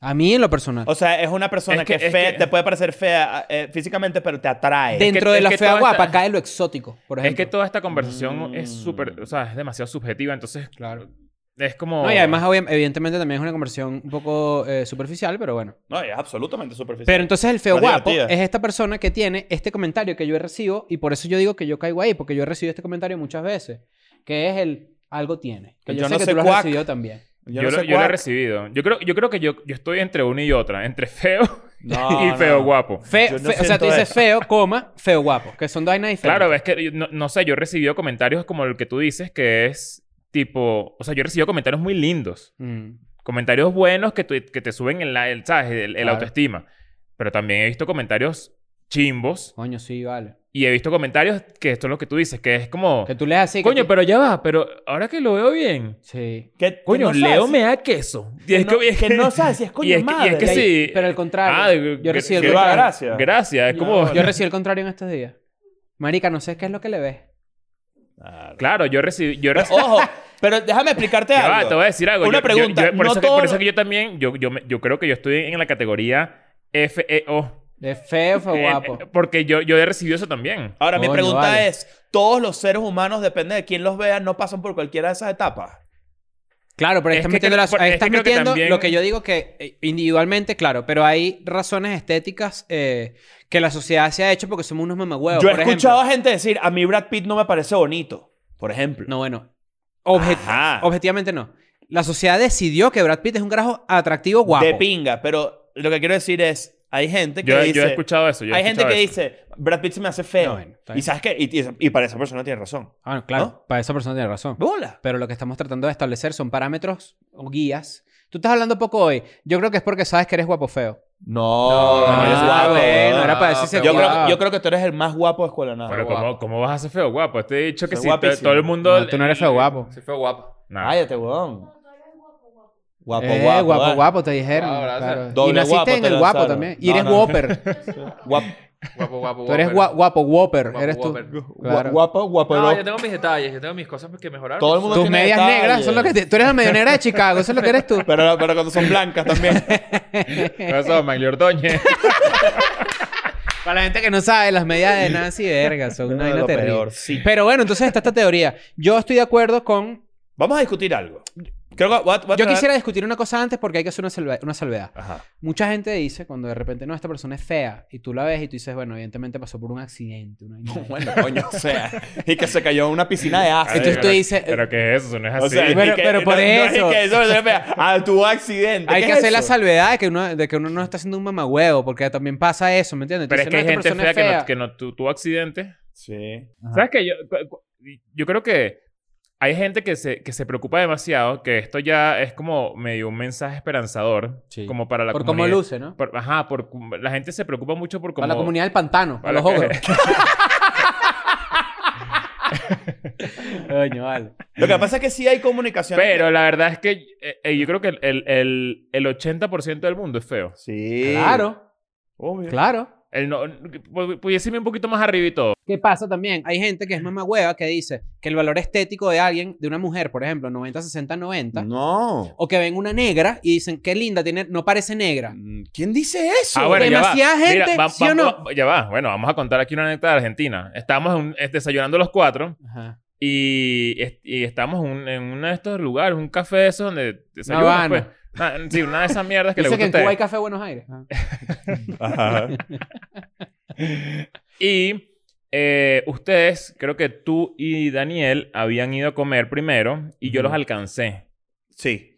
A mí en lo personal. O sea, es una persona Es que, que- es es fea, que- te puede parecer fea eh, físicamente, pero te atrae. De- Dentro es de la que fea toda guapa esta- cae lo exótico, por Es ejemplo. que toda esta conversación es Mm. súper, o sea, es demasiado subjetiva, entonces Claro. es como... No, y además, obvia- evidentemente, también es una conversión un poco eh, superficial, pero bueno. No, es absolutamente superficial. Pero entonces el feo Más guapo divertida. es esta persona que tiene este comentario que yo recibo y por eso yo digo que yo caigo ahí, porque yo he recibido este comentario muchas veces, que es el algo tiene. Que yo, sé, que tú lo has cuac. recibido también. Yo, yo, no lo, sé yo lo he cuál- recibido. Yo creo, yo creo que yo, yo estoy entre una y otra, entre feo [laughs] No, y no. feo guapo. Fe- Yo no fe- o sea, tú siento dices eso. feo, coma, feo guapo, que son dos vainas diferentes. Claro, es que yo- no, no sé, yo he recibido comentarios como el que tú dices, que es tipo, o sea, yo he recibido comentarios muy lindos, Mm. comentarios buenos que, tu- que te suben el, el, ¿sabes? el, el Claro. autoestima, pero también he visto comentarios chimbos Coño, sí, vale. y he visto comentarios que esto es lo que tú dices, que es como, Que tú lees así. que coño, tú- pero ya va, pero ahora que lo veo bien, Sí. Que- que coño, no sabes Leo si- me da queso. Y Que es no, que- que [laughs] no sabes si es coño y es que- madre. y es que Y ahí- sí. Pero el contrario. Ah, yo recibí el que- contrario. [laughs] contrario. Gracias. Gracias, es como... Yo recibí el contrario en estos días. Marica, no sé qué es lo que le ves. [laughs] Claro, yo recibí... Yo Pero, recibí ojo, pero déjame explicarte [laughs] Ya va, algo. te voy a decir algo. Yo- Una yo- pregunta, yo- por, no eso que, por todo- eso que yo también, yo, yo, me- yo creo que yo estoy en la categoría FEO. De feo, Oh, feo Eh, guapo. eh, porque yo, yo he recibido eso también. Ahora, mi Coño, pregunta vale. es: ¿todos los seres humanos, depende de quién los vea, no pasan por cualquiera de esas etapas? Claro, pero ahí Es estás que metiendo, creo- las- por- ahí es que estás creo que metiendo también- lo que yo digo que eh, individualmente, claro, pero hay razones estéticas eh, que la sociedad se ha hecho porque somos unos mamahuevos. Yo he por ejemplo. escuchado a gente decir: A mí Brad Pitt no me parece bonito, por ejemplo. No, bueno. Obje- Ajá. Objetivamente no. La sociedad decidió que Brad Pitt es un carajo atractivo guapo. De pinga, pero lo que quiero decir es: hay gente que Yo, dice. yo he escuchado eso. yo he hay gente escuchado que eso. dice: Brad Pitt se me hace feo. No, bueno, está y bien. sabes qué? Y, y- y para esa persona tiene razón. Ah, bueno, claro. ¿No? Para esa persona tiene razón. Bola. Pero lo que estamos tratando de establecer son parámetros o guías. Tú estás hablando poco hoy. Yo creo que es porque sabes que eres guapo feo. Ah, No, No, eres yo soy Ah, guapo. bueno, era para decirse yo, guapo. creo, yo creo que tú eres el más guapo de escuela de nada. Pero guapo. ¿cómo, ¿cómo vas a ser feo guapo? Te he dicho que Soy sí. to- guapísimo. Todo el mundo... No, tú no eres feo guapo. Sí, fue guapo. No. Cállate, weón. Guapo, Eh, guapo. guapo, dale. guapo, te dijeron. Ah, gracias. claro. Y Doble naciste guapo en te el guapo lanzaron. también. Y No, eres no. Whopper. [laughs] Guapo, [laughs] Guapo, guapo, Tú eres gua- guapo. guapo, Whopper. Guapo, eres tú. Whopper. Claro. guapo, guapo. No, yo tengo mis detalles, yo tengo mis cosas que mejorar. Todo el mundo Tus tiene medias detalles. negras son lo que te- Tú eres la medio negra de Chicago. Eso es lo que eres tú. Pero, pero cuando son blancas [laughs] también. Eso, Maglio [laughs] Ordóñez. Para la gente que no sabe, las medias de Nancy verga son una No, vaina lo terrible. peor, sí. Pero bueno, entonces está esta teoría. Yo estoy de acuerdo con Vamos a discutir algo. Creo que voy a- voy a Yo traer- quisiera discutir una cosa antes porque hay que hacer una, salve- una salvedad. Ajá. Mucha gente dice cuando de repente, no, esta persona es fea y tú la ves y tú dices, bueno, evidentemente pasó por un accidente. Una vaina de- [laughs] Bueno, coño, o sea. Y que se cayó en una piscina de ácido. Entonces tú Pero- dices- Pero ¿qué es eso? Eso No es O así. sea, y Pero- que- pero por no- no es eso. que eso se vea. Ah, tuvo accidente. hay ¿Qué que es hacer la eso? salvedad de que uno, de que uno no está haciendo un mamagüevo porque también pasa eso, ¿me entiendes? Tú Pero es dices, que hay "No, esta gente persona fea, es que no, que no tu- tuvo accidentes. Sí. ¿Sabes qué? Yo, cu- cu- yo creo que hay gente que se, que se preocupa demasiado, que esto ya es como medio un mensaje esperanzador, Sí. como para la Por cómo comunidad. luce, ¿no? Por- ajá, por, cum- la gente se preocupa mucho por cómo... Para la comunidad del pantano, para, Para los que- ogros. Coño, vale. Lo que pasa es que sí hay comunicación. Pero la verdad es que eh, eh, yo creo que el, el, el- el 80% del mundo es feo. Sí. Claro, Obvio. claro. El no, pu- pudiese irme un poquito más arriba y todo. ¿Qué pasa también? Hay gente que es mamá hueva que dice que el valor estético de alguien, de una mujer, por ejemplo, 90, 60, 90, No. o que ven una negra y dicen, qué linda, tiene, no parece negra. Mm, ¿Quién dice eso? Ah, bueno, ya va. Demasiada Mira, gente, va- ¿sí o va- no? va- ya va. Bueno, vamos a contar aquí una anécdota de Argentina. Estábamos en un- eh, desayunando los cuatro Ajá. y, est- y estábamos un- en uno de estos lugares, un café de esos donde desayunas, pues. Habana. Una- sí, una de esas mierdas que le Dice gusta que a en Cuba hay ustedes. café Buenos Aires. Ah. Ajá. Y eh, ustedes, creo que tú y Daniel habían ido a comer primero y yo los alcancé. Sí.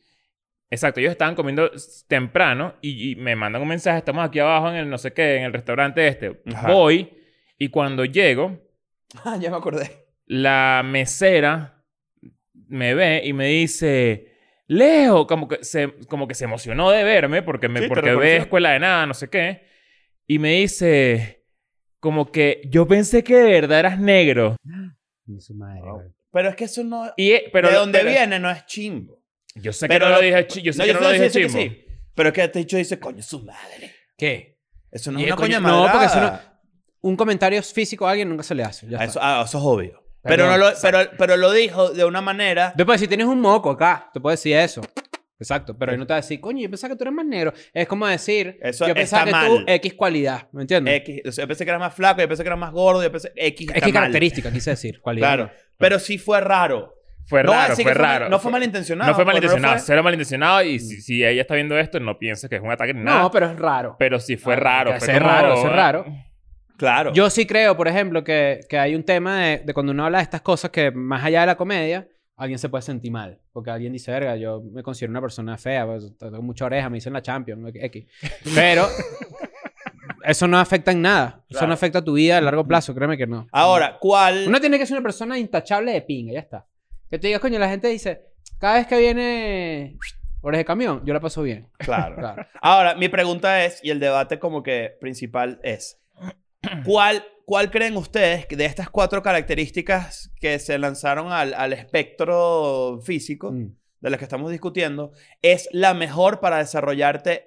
Exacto, ellos estaban comiendo s- temprano y, y me mandan un mensaje, estamos aquí abajo en el no sé qué, en el restaurante este. Ajá. Voy y cuando llego, [laughs] Ah, ya me acordé. la mesera me ve y me dice, Leo, como que se, como que se emocionó de verme porque, me, Sí, te porque ve reconoció. escuela de nada, no sé qué, y me dice, como que yo pensé que de verdad eras negro. Ni su madre, Wow. güey. Pero es que eso no... Y, eh, pero, de donde pero- viene no es chimbo. Yo sé Pero que no lo lo- dije, chi- yo sé No, que no lo sé- dije sé que chimbo. sí. Pero es que te dicho dice, coño, su madre. ¿Qué? Eso no Y es el una coña coño- no, porque eso no- madrada. Un comentario físico a alguien nunca se le hace. Ya Ah, está. eso, ah, eso es obvio. Pero, no Perdón. lo, pero, pero lo dijo de una manera... Después, si tienes un moco acá, te puedo decir eso. Exacto, pero él no te va a decir, coño, yo pensaba que tú eras más negro. Es como decir, Eso yo pensaba que está tú mal. X cualidad, ¿me entiendes? X, o sea, yo pensé que era más flaco, yo pensé que era más gordo, yo pensé... X Es está que mal. característica, quise decir, cualidad. Claro. Pero sí fue raro. Fue No voy a raro, decir fue que fue mal- raro. no fue Mm. malintencionado, No fue porque no lo malintencionado, fue. cero malintencionado. Y si, si ella está viendo esto, no pienses que es un ataque ni No, nada. pero es raro. Pero sí fue Ah, raro. que fue sea como- raro, sea raro. Claro. Yo sí creo, por ejemplo, que, que hay un tema de, de cuando uno habla de estas cosas que más allá de la comedia, alguien se puede sentir mal. Porque alguien dice, verga, yo me considero una persona fea, pues, tengo mucha oreja, me dicen la Champions, X. Pero eso no afecta en nada. Eso no afecta a tu vida a largo plazo, créeme que no. Ahora, ¿cuál...? Uno tiene que ser una persona intachable de pinga, ya está. Que te digas, coño, la gente dice, cada vez que viene oreja de camión, yo la paso bien. [laughs] Claro. [laughs] Claro. Ahora, mi pregunta es, y el debate como que principal es, ¿cuál, cuál creen ustedes que de estas cuatro características que se lanzaron al, al espectro físico Mm. de las que estamos discutiendo es la mejor para desarrollarte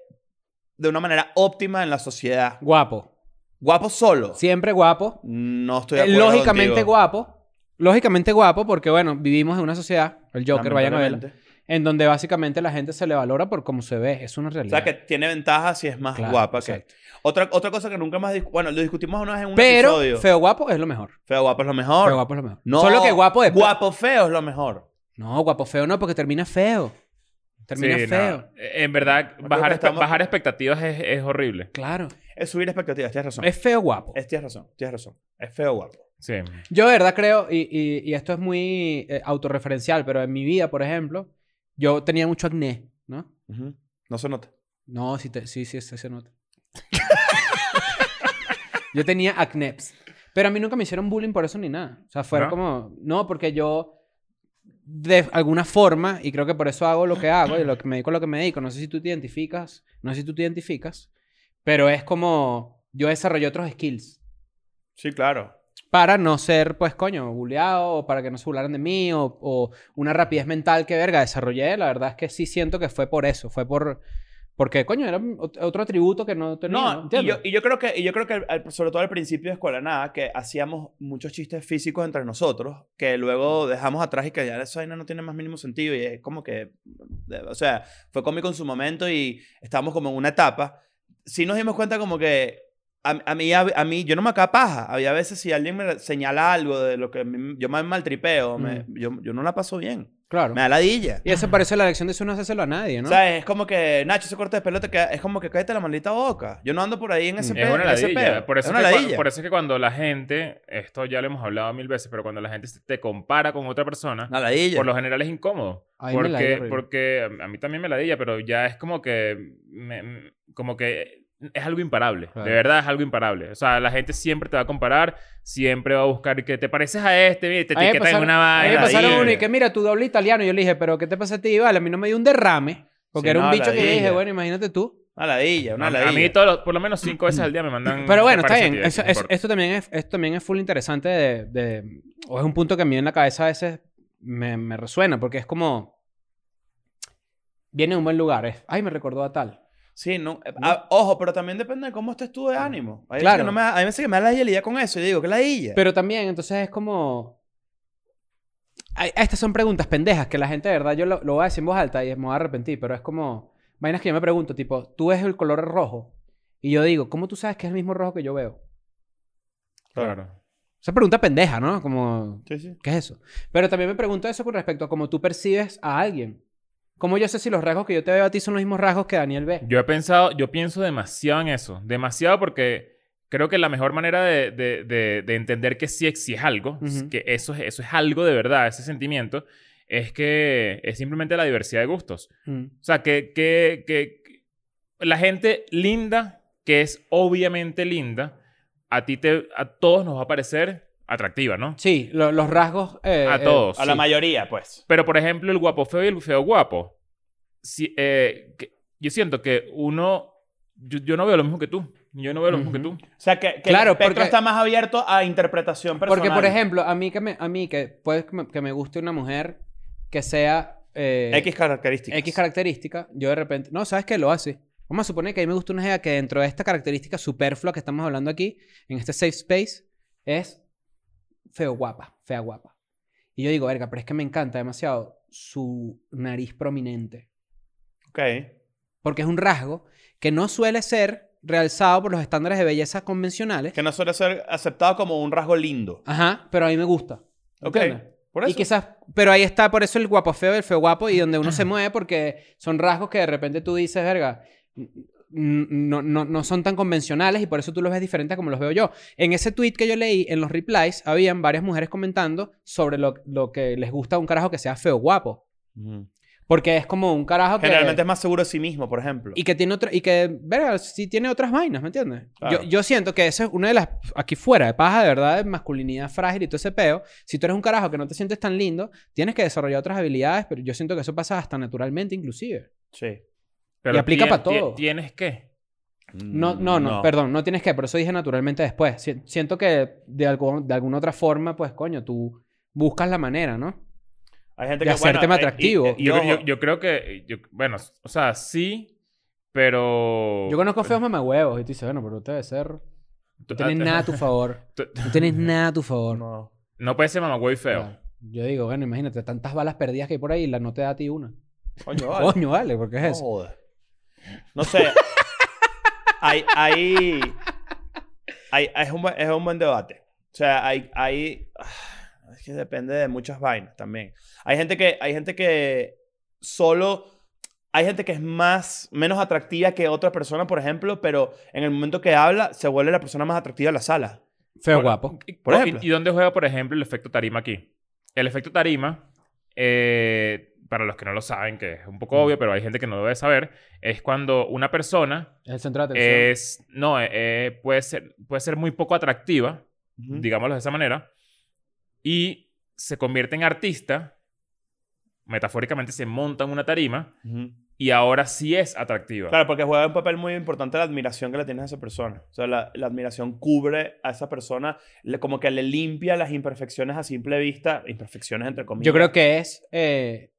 de una manera óptima en la sociedad? Guapo. Guapo solo. Siempre guapo. No estoy de acuerdo Eh, lógicamente contigo. guapo. Lógicamente guapo porque, bueno, vivimos en una sociedad, el Joker, vayan a verla, Lamentablemente. en donde básicamente la gente se le valora por cómo se ve. Es una O realidad. sea, que tiene ventajas si es más Claro, guapa. Que... exacto. Otra, otra cosa que nunca más... discu- Bueno, lo discutimos una vez en un Pero episodio. feo guapo es lo mejor. Feo guapo es lo mejor. Feo guapo es lo mejor. No, Solo que guapo de... Guapo feo es lo mejor. No, guapo feo no, porque termina feo. Termina Sí, no. e, feo. En verdad, que bajar, pues estamos- bajar expectativas es, es horrible. Claro. Es subir expectativas, tienes razón. Es feo guapo. Es, tienes razón, tienes razón. Es feo guapo. Sí. Yo de verdad creo, y, y- y esto es muy eh, autorreferencial, pero en mi vida, por ejemplo, yo tenía mucho acné, ¿no? Ujú. No se nota. No, sí, te- sí, sí, sí se nota. [laughs] yo tenía acné. Pero a mí nunca me hicieron bullying por eso ni nada. O sea, fueron ¿No? como... No, porque yo, de alguna forma, y creo que por eso hago lo que hago y lo que me dedico a lo que me dedico, no sé si tú te identificas, no sé si tú te identificas, pero es como... Yo desarrollé otros skills. Sí, claro. para no ser, pues, coño, bulleado, o para que no se burlaran de mí, o, o una rapidez mental que, verga, desarrollé. La verdad es que sí siento que fue por eso, fue por... Porque, coño, era ot- otro atributo que no tenía, ¿no? No, y ¿Entiendes? yo, y yo creo que, y yo creo que al- al- sobre todo al principio de Escuela de Nada, que hacíamos muchos chistes físicos entre nosotros, que luego dejamos atrás y que ya esa vaina no tiene más mínimo sentido. Y es como que, de- o sea, fue cómico en su momento y estábamos como en una etapa. Sí nos dimos cuenta como que a, a mí, a, a mí, yo no me acaba paja. Había veces si alguien me señala algo de lo que a mí- yo me maltripeo, me- yo, yo no la paso bien. Claro. Me da ladilla. Y eso parece la lección de eso no hacérselo a nadie, ¿no? O sea, es como que Nacho se corta de pelo, te queda- es como que cállate la maldita boca. Yo no ando por ahí en ese Mm. pe- Es una en ese ladilla. peo. Por eso, es una es que, ladilla. cua- por eso es que cuando la gente, esto ya lo hemos hablado mil veces, pero cuando la gente se- te compara con otra persona, Una ladilla. por lo general es incómodo. A mí me ladilla Porque, horrible. porque a mí también me ladilla, pero ya es como que, me- como que es algo imparable. Claro. De verdad es algo imparable. O sea, la gente siempre te va a comparar, siempre va a buscar que te pareces a este, mira, y te A mí me etiquetan en pasaron- una a mí me vaina. pasaron ahí. uno y que, mira, tú doble italiano. Y yo le dije, pero ¿qué te pasa a ti, vale? A mí no me dio un derrame. Porque Sí, era un no, bicho que yo ladilla. dije, bueno, imagínate tú. Una ladilla, una A- ladilla. A mí todos los- por lo menos cinco veces al día Mm, me mandan... Pero bueno, "Te está pareces a bien. ti", Eso- no es- importa. esto, también es, esto también es full interesante de, de- O es un punto que a mí en la cabeza a veces me, me resuena, porque es como... Viene de un buen lugar. es, Ay, me recordó a tal. Sí, no. eh, ah, ojo, pero también depende de cómo estés tú de ánimo. Hay veces Claro. que no me da- hay veces que me da la idea con eso. Y digo, ¿qué la Pero también, entonces es como. Ay, Estas son preguntas pendejas que la gente, de verdad, yo lo, lo voy a decir en voz alta y me voy a arrepentir, pero es como. Vainas que yo me pregunto, tipo, tú ves el color rojo y yo digo, ¿cómo tú sabes que es el mismo rojo que yo veo? Claro. Esa pregunta pendeja, ¿no? Como, Sí, sí. ¿qué es eso? Pero también me pregunto eso con respecto a cómo tú percibes a alguien. ¿Cómo yo sé si los rasgos que yo te veo a ti son los mismos rasgos que Daniel ve? Yo he pensado, yo pienso demasiado en eso. Demasiado porque creo que la mejor manera de, de- de- de entender que sí, es- sí es algo, Ujú. que eso es, eso es algo de verdad, ese sentimiento, es que es simplemente la diversidad de gustos. Mm. O sea, que, que, que que la gente linda, que es obviamente linda, a ti te, a todos nos va a parecer atractiva, ¿no? Sí, lo- los rasgos. eh, A eh, todos. A la sí. mayoría, pues. Pero, por ejemplo, el guapo feo y el feo guapo. Si, eh, que- yo siento que uno... Yo, yo no veo lo mismo que tú. Yo no veo lo mismo que Ujú. tú. O sea, que, que Claro, el espectro porque- está más abierto a interpretación personal. Porque, por ejemplo, a mí que me, a mí que puede que me, que me guste una mujer que sea eh, X características. X característica, yo de repente, no, ¿sabes qué? Lo hace. Vamos a suponer que a mí me gusta una idea que dentro de esta característica superflua que estamos hablando aquí, en este safe space, es feo guapa, fea guapa. Y yo digo, verga, pero es que me encanta demasiado su nariz prominente. Ok. Porque es un rasgo que no suele ser realzado por los estándares de belleza convencionales. Que no suele ser aceptado como un rasgo lindo. Ajá, pero a mí me gusta. Ok. ¿Entiendes? Por eso. Y quizás, pero ahí está por eso el guapo feo, y el feo guapo, y donde uno [clears throat] se mueve porque son rasgos que de repente tú dices, verga, n- n- no, no, no son tan convencionales y por eso tú los ves diferentes a como los veo yo. En ese tweet que yo leí, en los replies, habían varias mujeres comentando sobre lo, lo que les gusta a un carajo que sea feo guapo. Ujú. Porque es como un carajo que... Generalmente es más seguro de sí mismo, por ejemplo. Y que tiene otra... Y que, verga, sí tiene otras vainas, ¿me entiendes? Claro. Yo, yo siento que eso es una de las... Aquí fuera de paja, de verdad, de masculinidad frágil y todo ese peo. Si tú eres un carajo que no te sientes tan lindo, tienes que desarrollar otras habilidades, pero yo siento que eso pasa hasta naturalmente inclusive. Sí. Pero Y aplica tien- pa' tien- todo. ¿Tienes que No, no, Mm, Mm, no, perdón, no tienes que, por eso dije naturalmente después. Si- siento que de, algún- de alguna otra forma, pues coño, tú buscas la manera, ¿no? Hay gente de que, hacerte bueno, más hay- atractivo. y- y- y Yo, ojo, yo- yo creo que... yo- bueno, o sea, sí, pero... Yo conozco feos mamahuevos y tú dices, bueno, pero usted debe ser... No Tú- tienes ah, nada [laughs] [laughs] a tu favor. tú- No tienes nada a tu favor. no. No puede ser mamagüey feo. Claro. Yo digo, bueno, imagínate, tantas balas perdidas que hay por ahí, la no te da a ti una. [laughs] Coño, vale. Coño, vale, porque es No eso. jodas. No sé. hay, hay, hay- es, un buen, es un buen debate. O sea, hay, hay. ah, Es que depende de muchas vainas también. Hay gente que, hay gente que solo. Hay gente que es más, menos atractiva que otra persona, por ejemplo, pero en el momento que habla, se vuelve la persona más atractiva de la sala. Feo Bueno, guapo. Por Oh, ejemplo. ¿Y, y dónde juega, por ejemplo, el efecto tarima aquí? El efecto tarima, eh, para los que no lo saben, que es un Mm. poco obvio, pero hay gente que no lo debe saber, es cuando una persona Es el centro de atención. es, no, eh, eh, puede, ser, puede ser muy poco atractiva, digámoslo de esa manera, y se convierte en artista, metafóricamente se monta en una tarima, Ujú. y ahora sí es atractiva. Claro, porque juega un papel muy importante la admiración que le tienes a esa persona. O sea, la, la admiración cubre a esa persona, le- como que le limpia las imperfecciones a simple vista, imperfecciones entre comillas. Yo creo que es... eh,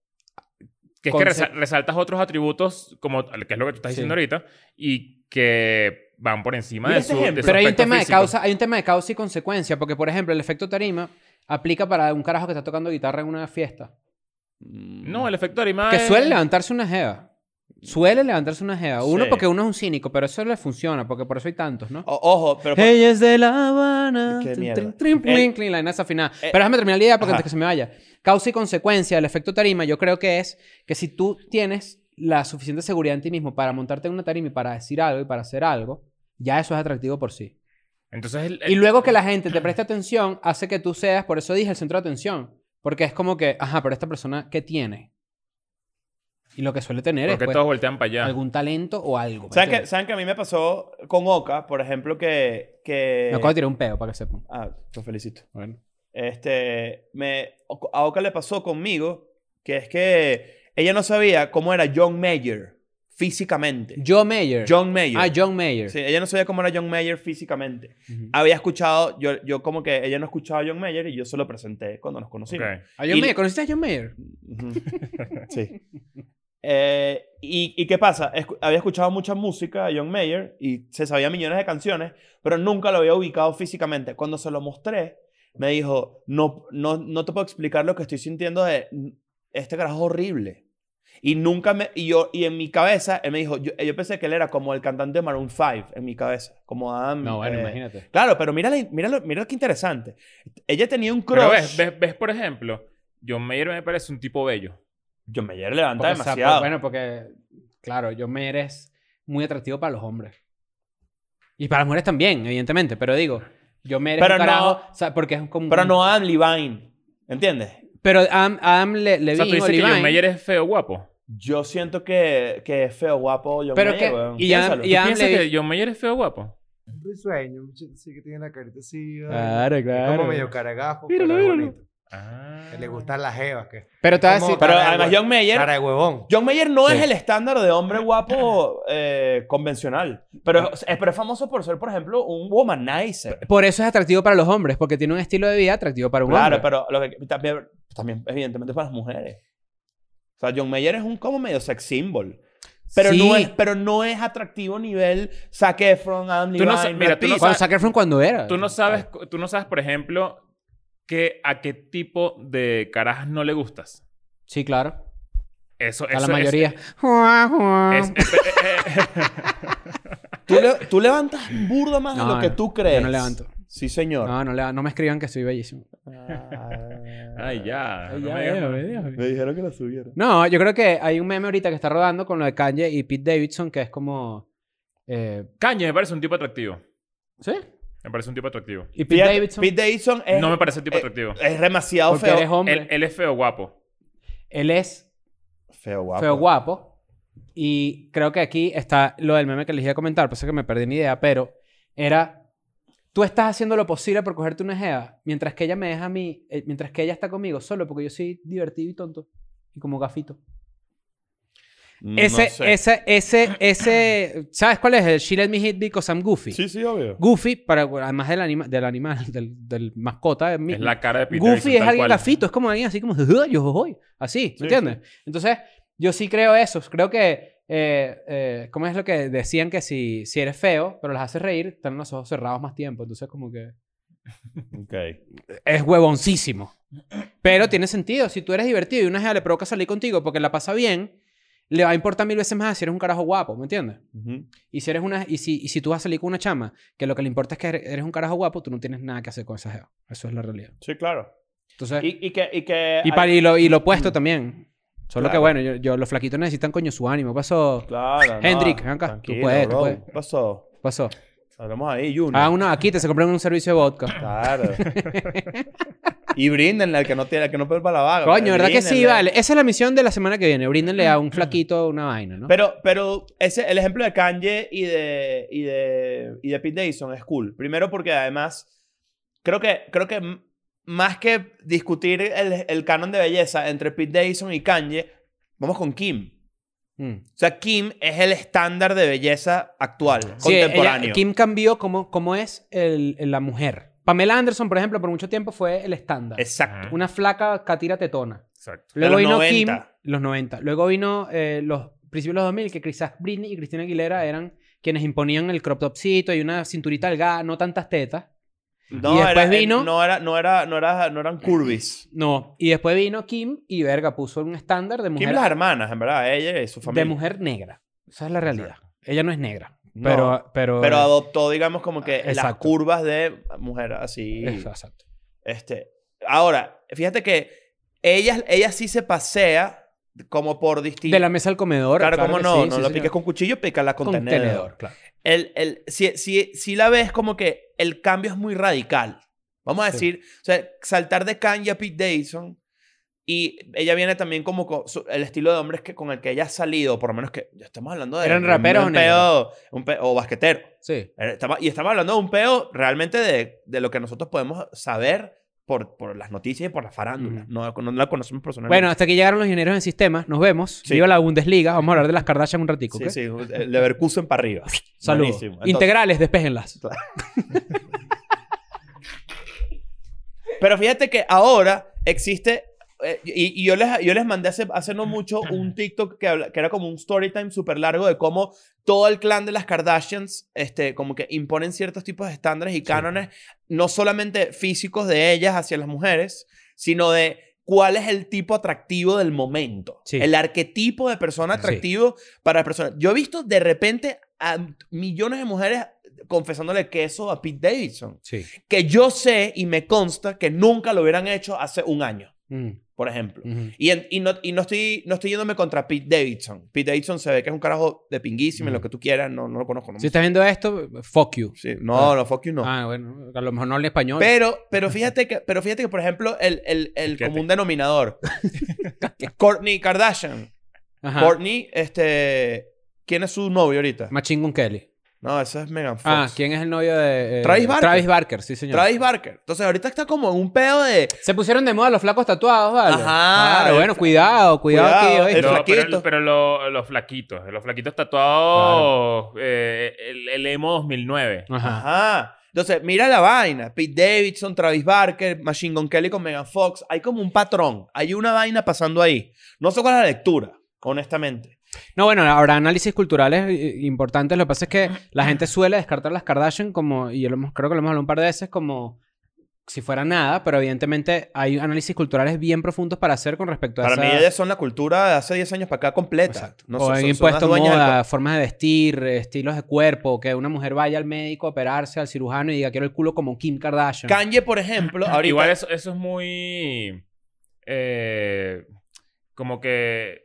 Que es que Conce- resa- resaltas otros atributos, como que es lo que tú estás Sí. diciendo ahorita, y que van por encima Mira de este su, de ejemplo. su Pero hay un aspecto tema de físico. causa, hay un tema de causa y consecuencia, porque por ejemplo, el efecto tarima aplica para un carajo que está tocando guitarra en una fiesta. No, el efecto tarima Que es- suele levantarse una jeva. Suele levantarse una jeva. Uno Sí. porque uno es un cínico, pero eso le funciona, porque por eso hay tantos, ¿no? O- ojo, pero por- Ella es de La Habana. Qué Trin, mierda. trin, trin, El- plin, plin, la vaina desafinada. Eh, Pero déjame terminar la idea porque ajá. antes que se me vaya. Causa y consecuencia del efecto tarima, yo creo que es que si tú tienes la suficiente seguridad en ti mismo para montarte en una tarima y para decir algo y para hacer algo, ya eso es atractivo por sí. Entonces, el- Y luego que la gente Eh. te preste atención hace que tú seas, por eso dije, el centro de atención. Porque es como que, ajá, pero esta persona, ¿qué tiene? Y lo que suele tener porque es pues, todos voltean para allá. algún talento o algo. ¿me ¿saben, que, entiendes? ¿saben que a mí me pasó con Oka, por ejemplo, que... que... Me acabo de tirar un pedo para que sepan. Ah, te felicito. Bueno. Este, me, a Oka le pasó conmigo, que es que ella no sabía cómo era John Mayer físicamente. John Mayer. John Mayer. Ah, John Mayer. Sí, ella no sabía cómo era John Mayer físicamente. Ujú. Ah, había escuchado, yo, yo como que ella no escuchaba a John Mayer y yo se lo presenté cuando nos Ok. conocimos. A John Y- Mayer. ¿Conociste a John Mayer? Ujú. Sí. Eh, y, y qué pasa? Escu- había escuchado mucha música de John Mayer y se sabía millones de canciones, pero nunca lo había ubicado físicamente. Cuando se lo mostré, me dijo, no, no, no te puedo explicar lo que estoy sintiendo de este carajo es horrible. Y nunca me... Y, yo, y en mi cabeza, él me dijo, yo, yo pensé que él era como el cantante de Maroon 5, en mi cabeza, como Adam... No, bueno, eh, imagínate. Claro, pero mira, la- mira, lo- mira qué interesante. Ella tenía un crush. Pero ves, ves, ves, por ejemplo, John Mayer me parece un tipo bello. John Mayer levanta Porque, o sea, demasiado. pues, bueno, porque, claro, yo me eres muy atractivo para los hombres. Y para las mujeres también, evidentemente. Pero digo, yo me eres Pero un no- carajo. o sea, porque es como. Pero no Adam Levine. ¿Entiendes? Pero Adam, Adam Le, O sea, tú Levine o dices que John Levine, Mayer es feo guapo. Yo siento que, que es feo, guapo John Pero Mayer, que- weón. y Adam- Piénsalo. y Adam- ¿Piensas Levine- que John Mayer es feo guapo? Un risueño, un muchacho así que tiene la carita así. ¿vale? Claro, Es claro. como medio caragafo, Míralo, pero es míralo. bonito. Ah. Que le gustan las jevas. Que... Pero te voy a como decir- Pero cara de además huevo- John Mayer... Cara de huevón. John Mayer no Sí. es el estándar de hombre [laughs] guapo eh, convencional. Ah. Pero es, pero es famoso por ser, por ejemplo, un womanizer. Por eso es atractivo para los hombres, porque tiene un estilo de vida atractivo para un Claro, hombre. pero lo que, también, también, evidentemente, para las mujeres. O sea, John Mayer es un como medio sex symbol. Pero, Sí. no, es, pero no es atractivo nivel Zac Efron, Adam Tú Levine, no sa- mira, Brad tú no Pitt. Cuando Zac Efron cuando era. Tú no sabes, tú no sabes, por ejemplo, que a qué tipo de carajas no le gustas. Sí, claro. Eso, a eso la es- mayoría. es- es- Tú, le- tú levantas burda más No, de lo que no. tú crees. Yo no levanto. Sí, señor. No, no, le- no me escriban que soy bellísimo. [laughs] Ay, ya. no me digas- Me dijeron que la subiera. No, yo creo que hay un meme ahorita que está rodando con lo de Kanye y Pete Davidson que es como... eh, Kanye me parece un tipo atractivo. ¿Sí? Me parece un tipo atractivo. Y Pete Pete Davidson... Davidson, es, No me parece un tipo eh, atractivo. es demasiado porque feo. él es hombre. Él, Él, él es feo guapo. es Feo guapo. feo guapo. Y creo que aquí está lo del meme que les iba a comentar. Pasa que me perdí mi idea, pero era... Tú estás haciendo lo posible por cogerte una jeva mientras que ella me deja a mí... eh, mientras que ella está conmigo solo porque yo soy divertido y tonto. Y como gafito. Mm, No Ese, sé. ese, ese, ese, ¿sabes cuál es? El She Let Me Hit Because I'm Goofy. Sí, sí, obvio. Goofy, para, además del, anima- del animal, [laughs] del, del mascota. de mi- Es la cara de Peter Jackson, Goofy es tal alguien cual. gafito, es como alguien así como, "Ujú, yo soy", así, ¿me Sí, entiendes? Entonces, yo sí creo eso. Creo que, eh, eh, ¿cómo es lo que decían? Que si, si eres feo, pero las haces reír, están los ojos cerrados más tiempo. Entonces, como que Ok. es huevoncísimo. Pero tiene sentido. Si tú eres divertido y una jeva le provoca salir contigo porque la pasa bien, le va a importar mil veces más si eres un carajo guapo, ¿me entiendes? Ujú. Y si, eres una, y, si, y si tú vas a salir con una chama, que lo que le importa es que eres un carajo guapo, tú no tienes nada que hacer con esa jeva. Eso es la realidad. Sí, claro. Entonces, y, Y, y que... Y, que para, y, lo, y lo opuesto también. Solo que Claro. bueno, yo, yo- los flaquitos necesitan coño su ánimo. Pasó, Claro, no, Hendrik, ven acá, tú tranquilo, puedes, tú bro. puedes. ¿Qué pasó? pasó. Hablamos ahí, Junior. Ah, uno, aquí te se compraron un servicio de vodka. Claro. [laughs] y bríndenle al que no tiene, al que no puede para la vaga. Coño, ¿verdad que sí? Bríndenle. Mm. Vale. Esa es la misión de la semana que viene. Bríndenle a un flaquito una vaina, ¿no? Pero, pero ese, el ejemplo de Kanye y de, y de, y de Pete Davidson es cool. Primero porque además, creo que, creo que m- más que discutir el, el canon de belleza entre Pete Davidson y Kanye, vamos con Kim. Mm. O sea, Kim es el estándar de belleza actual, Sí, ella- contemporáneo. Kim cambió como, como es el- la mujer. Pamela Anderson, por ejemplo, por mucho tiempo fue el estándar. Exacto. Una flaca catira tetona. Exacto. Luego los vino 90. Kim, los 90. Luego vino eh, los principios de los 2000, que quizás Britney y Cristina Aguilera eran quienes imponían el crop topcito y una cinturita delgada, no tantas tetas. No, Y después era, vino- no, era, no, era, no, era, no eran curvis. No. Y después vino Kim y verga, puso un estándar de Kim las mujer, hermanas, en verdad, ella y su de familia. mujer negra. Esa es la realidad. Ella no es negra. No, Pero, pero, Pero adoptó, digamos, como que las Exacto. curvas de mujer así. Exacto. Este, ahora, fíjate que ella, ella sí se pasea como por distintos... De la mesa al comedor. Claro, cómo que no, sí, no sí, la señor. piques con cuchillo, pícala con, tenedor. claro. El, el, si, si, si la ves como que el cambio es muy radical. Vamos a Sí. decir, o sea, saltar de Kanye a Pete Davidson y ella viene también como con su- el estilo de hombres que, con el que ella ha salido, por lo menos que ya estamos hablando de... ¿Eran un- raperos un o peo- un peo- o basquetero. Sí. Eh, estamos- y estamos hablando de un peo realmente de, de lo que nosotros podemos saber por, por las noticias y por las farándulas. Ujú. No, no la conocemos personalmente. Bueno, hasta aquí llegaron los ingenieros en sistemas. Nos vemos. Sí. Viva la Bundesliga. Vamos a hablar de las Kardashian un ratico. sí, ¿ok? sí, el Leverkusen para arriba. Saludos. Buenísimo. Entonces- Integrales, despéjenlas. Pero fíjate que ahora existe eh, y, y yo, les, yo les mandé hace, hace no mucho [clears throat] un TikTok que, habla- que era como un story time súper largo de cómo todo el clan de las Kardashians, este, como que imponen ciertos tipos de estándares y cánones, no solamente físicos de ellas hacia las mujeres, sino de cuál es el tipo atractivo del momento. Sí. El arquetipo de persona Sí. atractivo para la persona. Yo he visto de repente a millones de mujeres confesándole queso a Pete Davidson, Sí. que yo sé y me consta que nunca lo hubieran hecho hace un año, Mm, por ejemplo. ujú. Y, en- y no, y no, estoy, no estoy yéndome contra Pete Davidson. Pete Davidson se ve que es un carajo de pinguísimo, en lo que tú quieras, no, no lo conozco. No, Si estás viendo esto, fuck you. Sí, no, Ah. no, fuck you, no. Ah, bueno, a lo mejor no habla español. Pero, pero, fíjate que, pero fíjate que, por ejemplo, el, el, el Fíjate. [laughs] común denominador. Courtney Kardashian. Ajá. Courtney, este... ¿Quién es su novio ahorita? Machine Gun Kelly. No, eso es Megan Fox. Ah, ¿quién es el novio de. eh, Travis Barker. Travis Barker, sí, señor. Travis Barker. Entonces, ahorita está como en un pedo de... Se pusieron de moda los flacos tatuados, ¿vale? Ajá. Claro, bueno, cuidado, cuidado, Cuidado, aquí, el ¿oíste? No, pero flaquito. pero lo- los flaquitos, los flaquitos tatuados, eh, el, el emo 2009. Ajá. Ajá. Entonces, mira la vaina. Pete Davidson, Travis Barker, Machine Gun Kelly con Megan Fox. Hay como un patrón. Hay una vaina pasando ahí. No sé cuál es la lectura, honestamente. No, bueno, habrá análisis culturales eh, importantes. Lo que pasa es que la gente suele descartar las Kardashian como, y yo lo hemos- creo que lo hemos hablado un par de veces, como si fuera nada, pero evidentemente hay análisis culturales bien profundos para hacer con respecto a Para esa- mí, ellas son la cultura de hace 10 años para acá completa. Exacto. No o sé, han son- son impuesto las dueñas del moda, formas de vestir, eh, estilos de cuerpo, que una mujer vaya al médico a operarse, al cirujano y diga quiero el culo como Kim co- Kardashian. Kanye, [laughs] por ejemplo, ahorita. Igual eso, eso es muy... eh, como que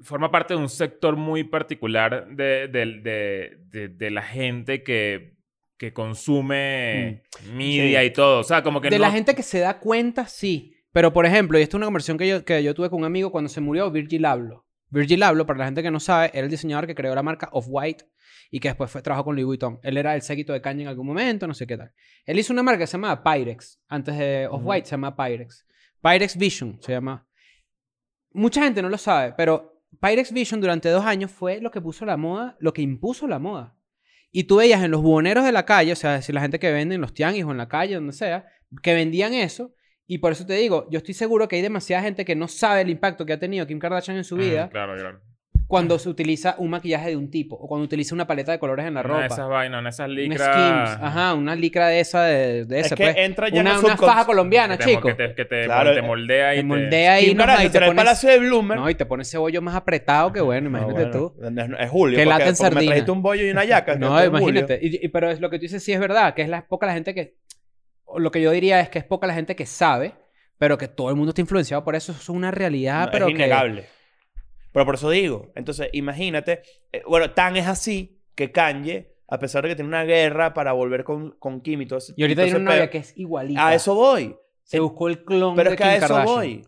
forma parte de un sector muy particular de, del- de- de- de la gente que, que consume media Sí. y todo. O sea, como que Mm. de no- la gente que se da cuenta, sí. Pero, por ejemplo, y esta es una conversación que yo, que yo tuve con un amigo cuando se murió Virgil Abloh. Virgil Abloh, para la gente que no sabe, era el diseñador que creó la marca Off-White y que después fue, trabajó con Louis Vuitton. Él era el séquito de Kanye en algún momento, no sé qué tal. Él hizo una marca que se llamaba Pyrex. Antes de Off-White se llamaba Pyrex. Pyrex Vision se llama. Mucha gente no lo sabe, pero Pyrex Vision durante dos años fue lo que puso la moda, lo que impuso la moda. Y tú veías en los buhoneros de la calle, o sea, es decir, la gente que vende en los tianguis o en la calle, donde sea, que vendían eso. Y por eso te digo, yo estoy seguro que hay demasiada gente que no sabe el impacto que ha tenido Kim Kardashian en su Ah, Mm, vida Claro, claro. cuando se utiliza un maquillaje de un tipo o cuando utiliza una paleta de colores en Ah, la Una de ropa. esas vainas, una de esas una licras... Skims, ajá, una licra de esa, de, de Es esa, que pues. entra ya en Una, el una subcon- faja colombiana, que te- chico. Que te, que te- Claro, te moldea y Te te- moldea ahí Kim no, Kardashian y te en el pones- Palacio de Bloomer. no, y te pone ese bollo más apretado que bueno, Ah, imagínate bueno. tú. Es, es Julio. Que porque- lata en porque me sardina. trajiste un bollo y una [laughs] yaca. No, entonces es Julio. imagínate. Y- y- pero es lo que tú dices sí es verdad, que es la, poca la gente que... o Lo que yo diría es que es poca la gente que sabe, pero que todo el mundo está influenciado por eso. Eso es una realidad, No, Ah, pero es que... innegable. Pero por eso digo. Entonces, imagínate. eh, bueno, tan es así que Kanye, a pesar de que tiene una guerra para volver con, con Kim y todo ese- Y ahorita todo tiene ese una novia pedo, que es igualita. A eso voy. Se buscó el clon Pero de es que a Kim eso Kardashian. voy.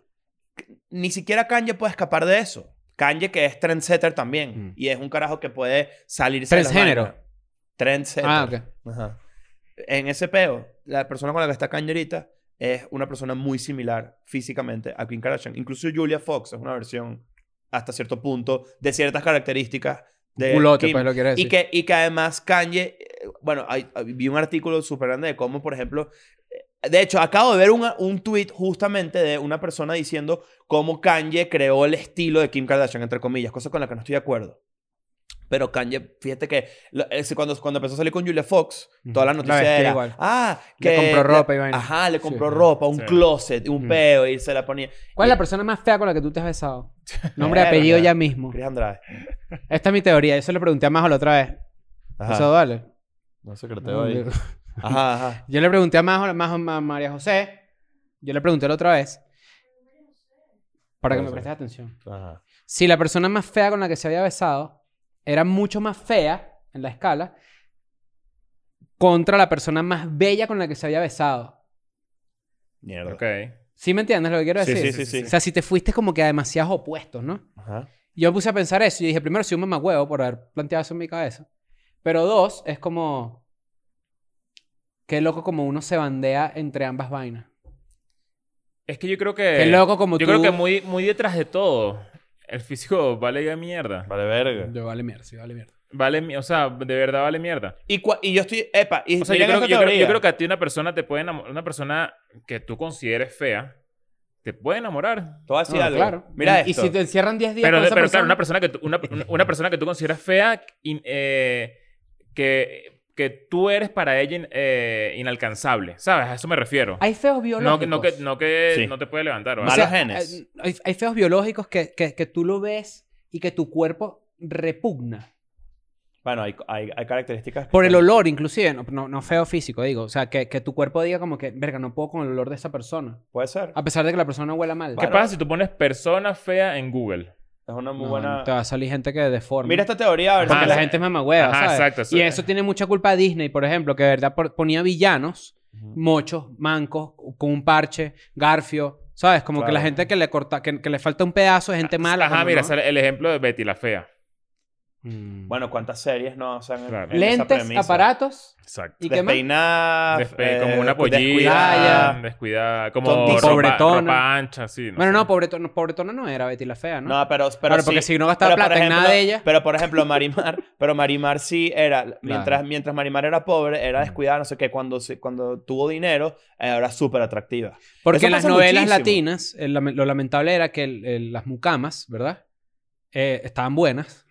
Ni siquiera Kanye puede escapar de eso. Kanye, que es trendsetter también. Mm. Y es un carajo que puede salirse de la Transgénero. vaina. Trendsetter. Ah, ok. Ajá. En ese peo, la persona con la que está Kanye ahorita es una persona muy similar físicamente a Kim Kardashian. Incluso Julia Fox es una versión hasta cierto punto de ciertas características de Culote, Kim. pues lo quiere decir. Y que, y que además Kanye, eh, bueno, hay- hay- vi un artículo súper grande de cómo, por ejemplo, eh, de hecho, acabo de ver un, un tweet justamente de una persona diciendo cómo Kanye creó el estilo de Kim Kardashian, entre comillas, cosa con la que no estoy de acuerdo. Pero Kanye, fíjate que lo- ese cuando, cuando empezó a salir con Julia Fox, Ujú. toda la La noticia vestía era, igual. ah, que... Le compró ropa y vaina. Ajá, le compró Sí. ropa, un Sí. closet, un Mm. peo y se la ponía. ¿Cuál es la persona más fea con la que tú te has [laughs] besado? Nombre y Verga. apellido ya mismo. Chris Andrade. Esta es mi teoría. Yo se lo pregunté a Majo la otra vez. Ajá. Eso vale. No sé qué te doy. Ajá, ajá. Yo le pregunté a Majo, Majo- Ma- María José. Yo le pregunté la otra vez. Para que me prestes atención. ajá. Si la persona más fea con la que se había besado era mucho más fea en la escala contra la persona más bella con la que se había besado. Mierda. Ok. ¿Sí me entiendes lo que quiero Sí, decir? sí, sí, sí. O sea, si te fuiste como que a demasiados opuestos, ¿no? Ajá. Yo me puse a pensar eso y dije, primero, soy un mamagüevo por haber planteado eso en mi cabeza. Pero dos, es como... Qué loco como uno se bandea entre ambas vainas. Es que yo creo que... Qué loco como Yo tú... creo que muy, muy detrás de todo. El físico vale ya mierda. Vale, verga. Yo vale mierda, sí, vale mierda. Vale, mi- o sea, de verdad vale mierda. Y, cua- y yo estoy. Epa, y O sea, yo miren creo, yo esta creo- yo teoría. creo que a ti una persona te puede enamo- una persona que tú consideres fea te puede enamorar. Te voy a decir No, algo. Ah, claro. Mira Y esto. si te encierran 10 días Pero, con de- esa pero claro, persona, una persona que tú, una, una- una persona que tú consideras fea, in- eh, que, que tú eres para ella in- eh, inalcanzable, ¿sabes? A eso me refiero. Hay feos No, biológicos. que- no que, no, que Sí. no te puede levantar. ¿vale? O Malos sea, genes. eh, Hay, hay feos biológicos que, que, que tú lo ves y que tu cuerpo repugna. Bueno, hay, hay- hay características. que Por el son- olor, inclusive. No, no, no feo físico, digo. O sea, que, que tu cuerpo diga como que, verga, no puedo con el olor de esa persona. Puede ser. A pesar de que la persona huela mal. ¿Qué Bueno. pasa si tú pones persona fea en Google? Es una muy No, buena. Te va a Ah, salir gente que deforma. Mira esta teoría, a ver si Porque Ajá, la la gente es mamagüeva, Ah, Ajá, ¿sabes? exacto, eso- Y eso tiene mucha culpa a Disney, por ejemplo, que de verdad por- ponía villanos, mochos, mancos, con un parche, garfio, ¿sabes? Como que la Claro. gente que le corta, que, que le falta un pedazo es gente mala. Ah, Ajá, como, mira, ¿no? sale el ejemplo de Betty la fea. Mm. Bueno, ¿cuántas series no se han Claro. en esa Lentes, premisa? aparatos Exacto. y qué más. Despeinadas, Despe- eh, como una descuidadas. pollita, descuidada. descuidada, como Tontísima. ropa, Pobretona. ropa ancha, sí. Bueno, sé. no, pobretona, pobretona no era Betty la Fea, ¿no? No, pero, pero Claro, sí- porque si no gastaba pero, por plata en nada ejemplo- de ella. Pero por ejemplo, Marimar, [laughs] pero Marimar sí era, mientras, mientras Marimar era pobre, Mm. era descuidada, no sé qué, cuando, se- cuando tuvo dinero, eh, era súper atractiva. Porque Eso en las pasa novelas muchísimo. latinas, el lame- lo lamentable era que el- el- las mucamas, ¿verdad? Eh, estaban buenas,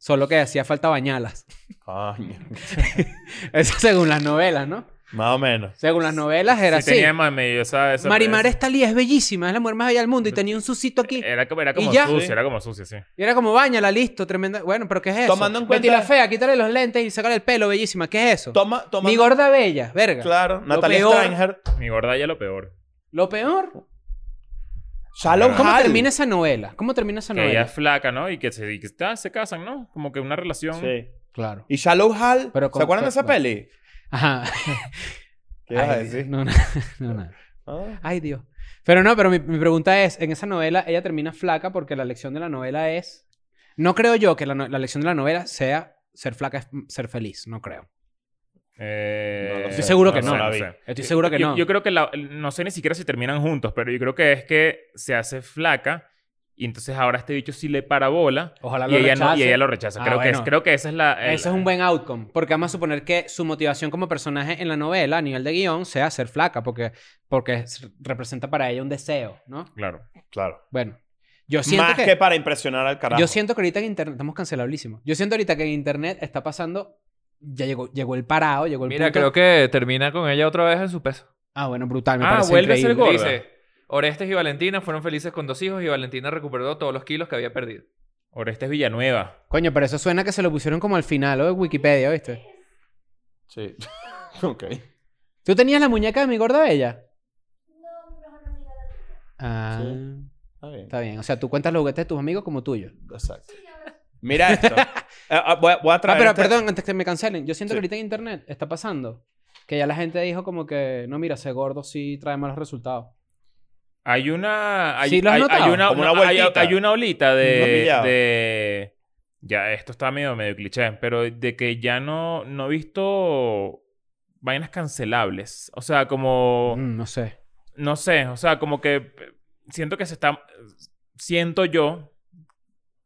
solo que hacía falta bañalas. Coño. [laughs] Eso según las novelas, ¿no? Más o menos. Según las novelas era Sí, así. tenía mami, esa, esa- Marimar esa- Estalí es bellísima, es la mujer más bella del mundo y tenía un sucito aquí. Era como, era ¿Y como ya? sucia, Sí. era como sucia, sí. Y era como, bañala, listo, tremenda. Bueno, pero ¿qué es eso? Tomando en Betty cuenta- la fea, quitarle los lentes y sacarle el pelo, bellísima. ¿Qué es eso? Toma, toma. Mi gorda bella, verga. Claro, Natalia peor. Stranger. Mi gorda ya lo peor. Lo peor. Shallow ¿Cómo Hal. termina esa novela? ¿Cómo termina esa Que ella novela? es flaca, ¿no? Y que se, y que está- se casan, ¿no? Como que una relación. Sí. Claro. Y Shallow Hal. Pero ¿Se con- acuerdan de esa bueno. peli? Ajá. ¿Qué ibas a Ay, decir? No, [laughs] no, no, no. Ah. Ay, Dios. Pero no, pero mi, mi pregunta es, en esa novela ella termina flaca porque la lección de la novela es... No creo yo que la, no- la lección de la novela sea ser flaca es ser feliz, no creo. Eh, No lo sé. Estoy seguro que no. sé, la vi. sé. Estoy seguro que Eh, Yo- no. Yo creo que la- no sé ni siquiera si terminan juntos, pero yo creo que es que se hace flaca y entonces ahora este bicho sí le parabola Ojalá y ella, no, y ella lo rechaza. Ah, creo, que es- bueno. creo que esa es la. el- Ese es un buen outcome, porque vamos a suponer que su motivación como personaje en la novela a nivel de guión sea ser flaca, porque, porque es- representa para ella un deseo, ¿no? Claro. Claro. Bueno, yo siento Más que... para impresionar al carajo. Yo siento que ahorita en internet estamos cancelabilísimos. Yo siento ahorita que en internet está pasando ya llegó llegó el parado, llegó el Mira, punto- creo que termina con ella otra vez en su peso. Ah, bueno, brutal, me Ah, parece vuelve a ser increíble. gorda. Dice, Orestes y Valentina fueron felices con dos hijos y Valentina recuperó todos los kilos que había perdido. Orestes Villanueva. Coño, pero eso suena que se lo pusieron como al final o de Wikipedia, ¿viste? Sí. [laughs] ok. ¿Tú tenías la muñeca de mi gorda bella? No, mi mejor amiga la Ah, Está bien. está bien. O sea, tú cuentas los juguetes de tus amigos como tuyos. Exacto. Mira [laughs] esto. Eh, ah, voy, a- voy a Ah, traer. pero este- perdón, antes que me cancelen. Yo siento Sí. que ahorita en internet está pasando que ya la gente dijo como que, no, mira, ese gordo sí trae malos resultados. Hay una. Hay, Sí, lo has hay- hay notado. una, Como una una- hay, vueltita. hay una olita Lo has de, pillado. de- Ya, esto está medio, medio cliché, pero de que ya no, no he visto vainas cancelables. O sea, Oh. como. Mm, no sé. No sé, o sea, como que eh, siento que se está. Siento yo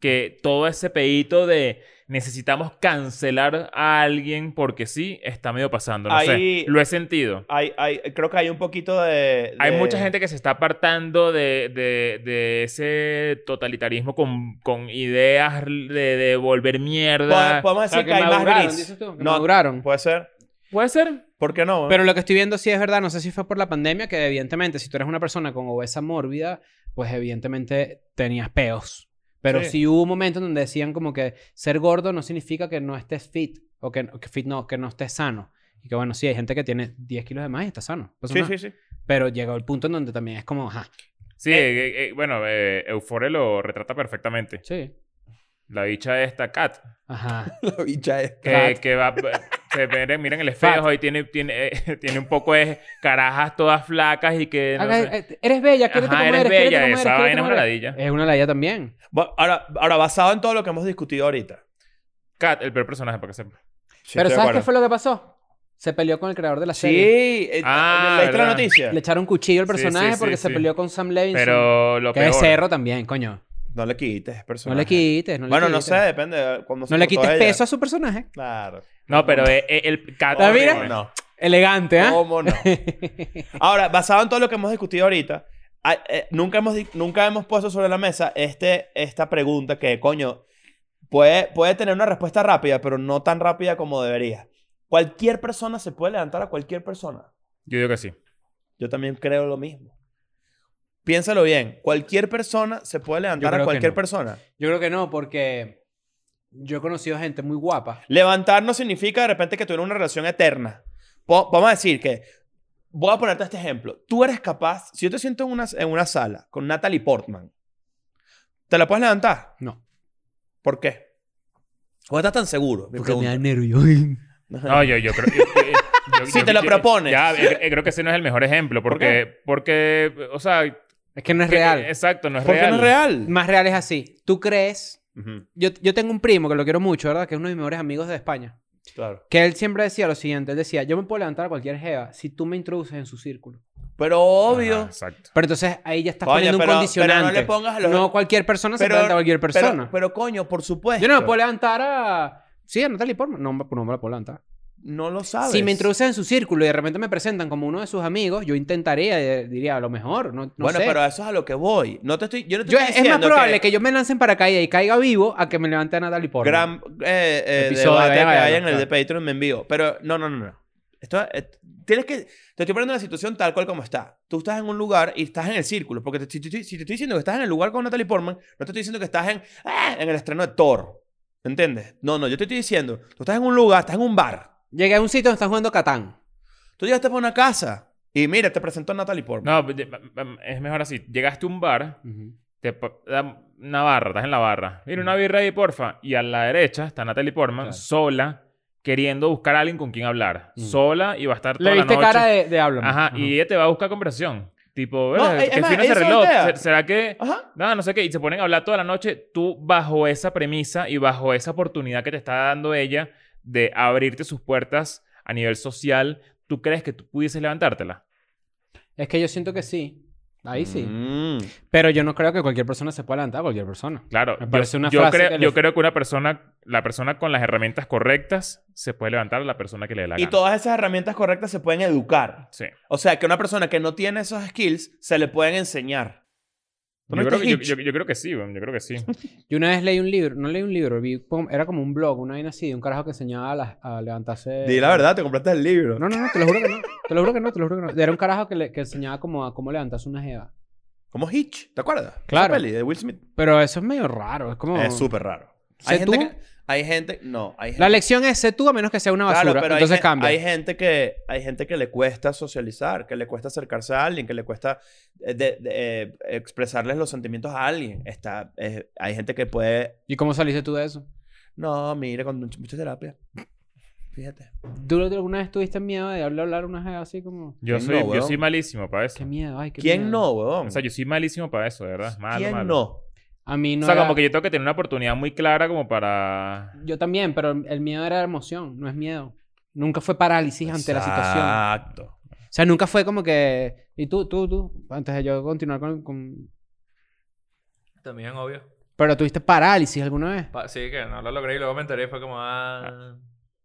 que todo ese pedito de necesitamos cancelar a alguien porque sí está medio pasando. No Ahí- sé, lo he sentido. Hay, hay, creo que hay un poquito de. Hay de- mucha gente que se está apartando de, de- de ese totalitarismo con, con ideas de, de volver Pod- mierda. Podemos O sea, decir que hay más maduraron, gris. dices tú, que No, maduraron. Puede ser. ¿Puede ser? ¿Por qué no? eh? Pero lo que estoy viendo sí es verdad, no sé si fue por la pandemia, que evidentemente si tú eres una persona con obesa mórbida, pues evidentemente tenías peos. Pero Sí. sí, hubo un momento en donde decían como que ser gordo no significa que no estés fit, o que, o que fit no, que no estés sano. Y que bueno, sí, hay gente que tiene 10 kilos de más y está sano. pues sí, no. [laughs] sí, sí. Pero llegó el punto en donde también es como, ajá, Sí, eh, eh, bueno, eh, Euphoria lo retrata perfectamente. sí, La dicha esta Kat, [laughs] ajá. La bicha es. que, que va... Se ven- miren el espejo y tiene, tiene, eh, tiene un poco de carajas todas flacas y que... no Haga- sé. eh, eres bella, Ajá, quiérete como eres eres, bella, quiérete como esa eres, quiérete como vaina es una eres. ladilla. Es una ladilla también. Bueno, ahora, ahora, basado en todo lo que hemos discutido ahorita. Kat, el peor personaje, para que sepa. Pero Sí, estoy de ¿sabes qué acuerdo. fue lo que pasó? Se peleó con el creador de la Sí. serie. eh, Ah, ¿Leíste la verdad. noticia? Le echaron cuchillo al Sí, sí, personaje sí, porque se sí. peleó con Sam Levinson. Pero lo que peor... es cerro también, coño. No le quites, es No personaje. le quites, no le Bueno, no quites. sé, depende. de Cuando se No le cortó quites ella. peso a su personaje. Claro. No, pero eh, eh, el... Kat... Ah, mira. ¿Cómo no? Elegante, ¿ah? [laughs] ¿Cómo no? Ahora, basado en todo lo que hemos discutido ahorita, ah, eh, nunca, hemos, di- nunca hemos puesto sobre la mesa este, esta pregunta que, coño, puede, puede tener una respuesta rápida, pero no tan rápida como debería. ¿Cualquier persona se puede levantar a cualquier persona? Yo digo que sí. Yo también creo lo mismo. Piénsalo bien. ¿Cualquier persona se puede levantar a creo que cualquier no. persona? Yo creo que no, porque yo he conocido gente muy guapa. Levantar no significa de repente que tuvieron una relación eterna. Po- vamos a decir que, voy a ponerte este ejemplo. Tú eres capaz, si yo te siento en una, en una sala con Natalie Portman, ¿te la puedes levantar? No. ¿Por qué? ¿O estás tan seguro? Me Porque me da pregunto. nervio. [laughs] [laughs] No, yo, yo creo. yo- yo- yo- Si yo- te lo yo- propones. Ya, eh, eh, creo que ese no es el mejor ejemplo. ¿Por Porque, porque o sea. Es que no es que- real. Exacto, no es ¿Por qué real. no es real? Más real es así. ¿Tú crees? Ujú, Yo, yo tengo un primo que lo quiero mucho, ¿verdad? Que es uno de mis mejores amigos de España. claro. Que él siempre decía lo siguiente. Él decía, yo me puedo levantar a cualquier jeva si tú me introduces en su círculo. Pero obvio. Ajá, exacto. Pero entonces ahí ya estás Coño, poniendo pero- un condicionante. pero no le pongas a los- No cualquier persona se Pero- puede levantar a cualquier pero- persona. Pero, coño, por supuesto. yo no me puedo levantar a... Sí, a Natalie Portman. No, no me la puedo levantar. No lo sabes. Si me introduces en su círculo y de repente me presentan como uno de sus amigos, yo intentaría, eh, diría, a lo mejor, no, no bueno, sé. pero a eso es a lo que voy. No te estoy, yo no te Yo- estoy es más diciendo probable que... yo me lance en paracaídas y caiga vivo a que me levante a Natalie Portman. gran eh, eh, Episodio, debate vayan a que verlo, hay en el de claro. Patreon me envío. Pero no, no, no, no. Esto, eh, tienes que... Te estoy poniendo la situación tal cual como está. Tú estás en un lugar y estás en el círculo. Porque te- si, te- si te estoy diciendo que estás en el lugar con Natalie Portman, no te estoy diciendo que estás en, ¡ah! en el estreno de Thor. ¿Entiendes? No, no, yo te estoy diciendo, tú estás en un lugar, estás en un bar. Llegué a un sitio donde están jugando Catán. Tú llegaste para una casa y mira, te presentó Natalie Portman. No, pero, mm, mm, es mejor así. Llegaste a un bar, te pa- dan una barra, estás en la barra. Mira, una birra ahí, porfa. Y a la derecha está Natalie Portman, Claro. sola, queriendo buscar a alguien con quien hablar. Mm. Sola y va a estar toda Le la viste noche. cara de, de háblame. Ajá, y ella te va a buscar conversación. Tipo, No, "Verga, que es- es si no más, se ella se arregló. voltea. ¿se- ¿Será que...? Ajá. No, no sé qué. Y se ponen a hablar toda la noche. Tú, bajo esa premisa y bajo esa oportunidad que te está dando ella de abrirte sus puertas a nivel social, ¿tú crees que tú pudieses levantártela? Es que yo siento que sí. Ahí sí. Mm. Pero yo no creo que cualquier persona se pueda levantar a cualquier persona. Claro. Me yo- parece una yo, frase creo, que le- yo creo que una persona, la persona con las herramientas correctas, se puede levantar a la persona que le dé la Y gana. todas esas herramientas correctas se pueden educar. Sí. O sea, que una persona que no tiene esos skills se le pueden enseñar. ¿Tú Yo no creo, que, viste yo, Hitch? yo- yo creo que sí, weón, yo creo que [laughs] sí. Yo una vez leí un libro, no leí un libro, vi como- era como un blog, una vaina así, de un carajo que enseñaba a, las- a levantarse. Di la verdad, te compraste el libro. No, no, no, te lo juro que no. Te lo juro que no, te lo juro que no. Era un carajo que, le- que enseñaba como a cómo levantarse una jeva. Como Hitch, ¿te acuerdas? Esa Claro. peli de Will Smith. Pero eso es medio raro, es como. Es súper raro. Sé Hay gente, tú. que, hay gente... No, hay gente... La lección es sé tú a menos que sea una Claro, basura. pero hay entonces gen- cambia. Hay gente, que, hay gente que le cuesta socializar, que le cuesta acercarse a alguien, que le cuesta eh, de- de, eh, expresarles los sentimientos a alguien. Está, eh, hay gente que puede... ¿Y cómo saliste tú de eso? No, mire, con mucha mucha terapia. Fíjate. ¿Tú alguna vez tuviste miedo de hablar, hablar a una jeva así como.? Yo, ¿Quién soy, no, yo weón? soy malísimo para eso. Qué miedo, ay, qué ¿Quién miedo. no, weón? O sea, yo soy malísimo para eso, de verdad. Malo, ¿Quién malo. no? A mí no. o sea, era- como que yo tengo que tener una oportunidad muy clara como para... Yo también, pero el miedo era emoción, no es miedo. Nunca fue parálisis ante la situación. Exacto. O sea, nunca fue como que. Y tú, tú, tú. Antes de yo continuar con. con- También, obvio. Pero tuviste parálisis alguna vez. Pa- sí, que no lo logré y luego me enteré y fue como, ah...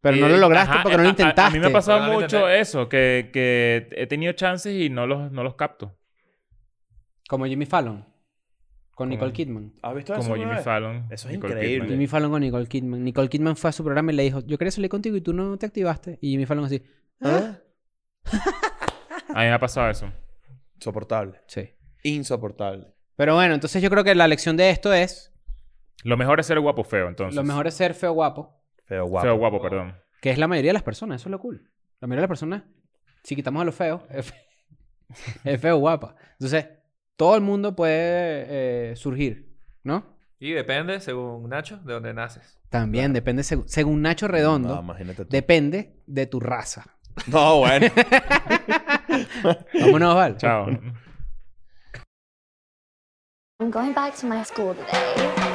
Pero no Eh, lo lograste ajá, porque no a- lo a- intentaste. A, mí me ha pasado Porque no lo mucho intenté. eso, que, que he tenido chances y no los, no los capto. Como Jimmy Fallon. Con Como- Nicole Kidman. ¿Has visto eso Como alguna Jimmy vez? Fallon. Eso es Nicole increíble. Kidman. Jimmy Fallon con Nicole Kidman. Nicole Kidman fue a su programa y le dijo, yo quería salir contigo y tú no te activaste. Y Jimmy Fallon así, ¿Ah? A mí me ha pasado eso. Insoportable. sí. Insoportable. Pero bueno, entonces yo creo que la lección de esto es, Lo mejor es ser guapo feo, entonces. lo mejor es ser feo guapo, Feo guapo. Feo guapo, perdón. que es la mayoría de las personas, eso es lo cool. La mayoría de las personas, si quitamos a los feos, [laughs] es fe- es feo guapa. Entonces, todo el mundo puede eh, surgir, ¿no? Y depende, según Nacho, de dónde naces. También depende, seg- según Nacho Redondo, No, imagínate tú. depende de tu raza. No, bueno. [laughs] Vámonos, Val. Chao. I'm going back to my school today.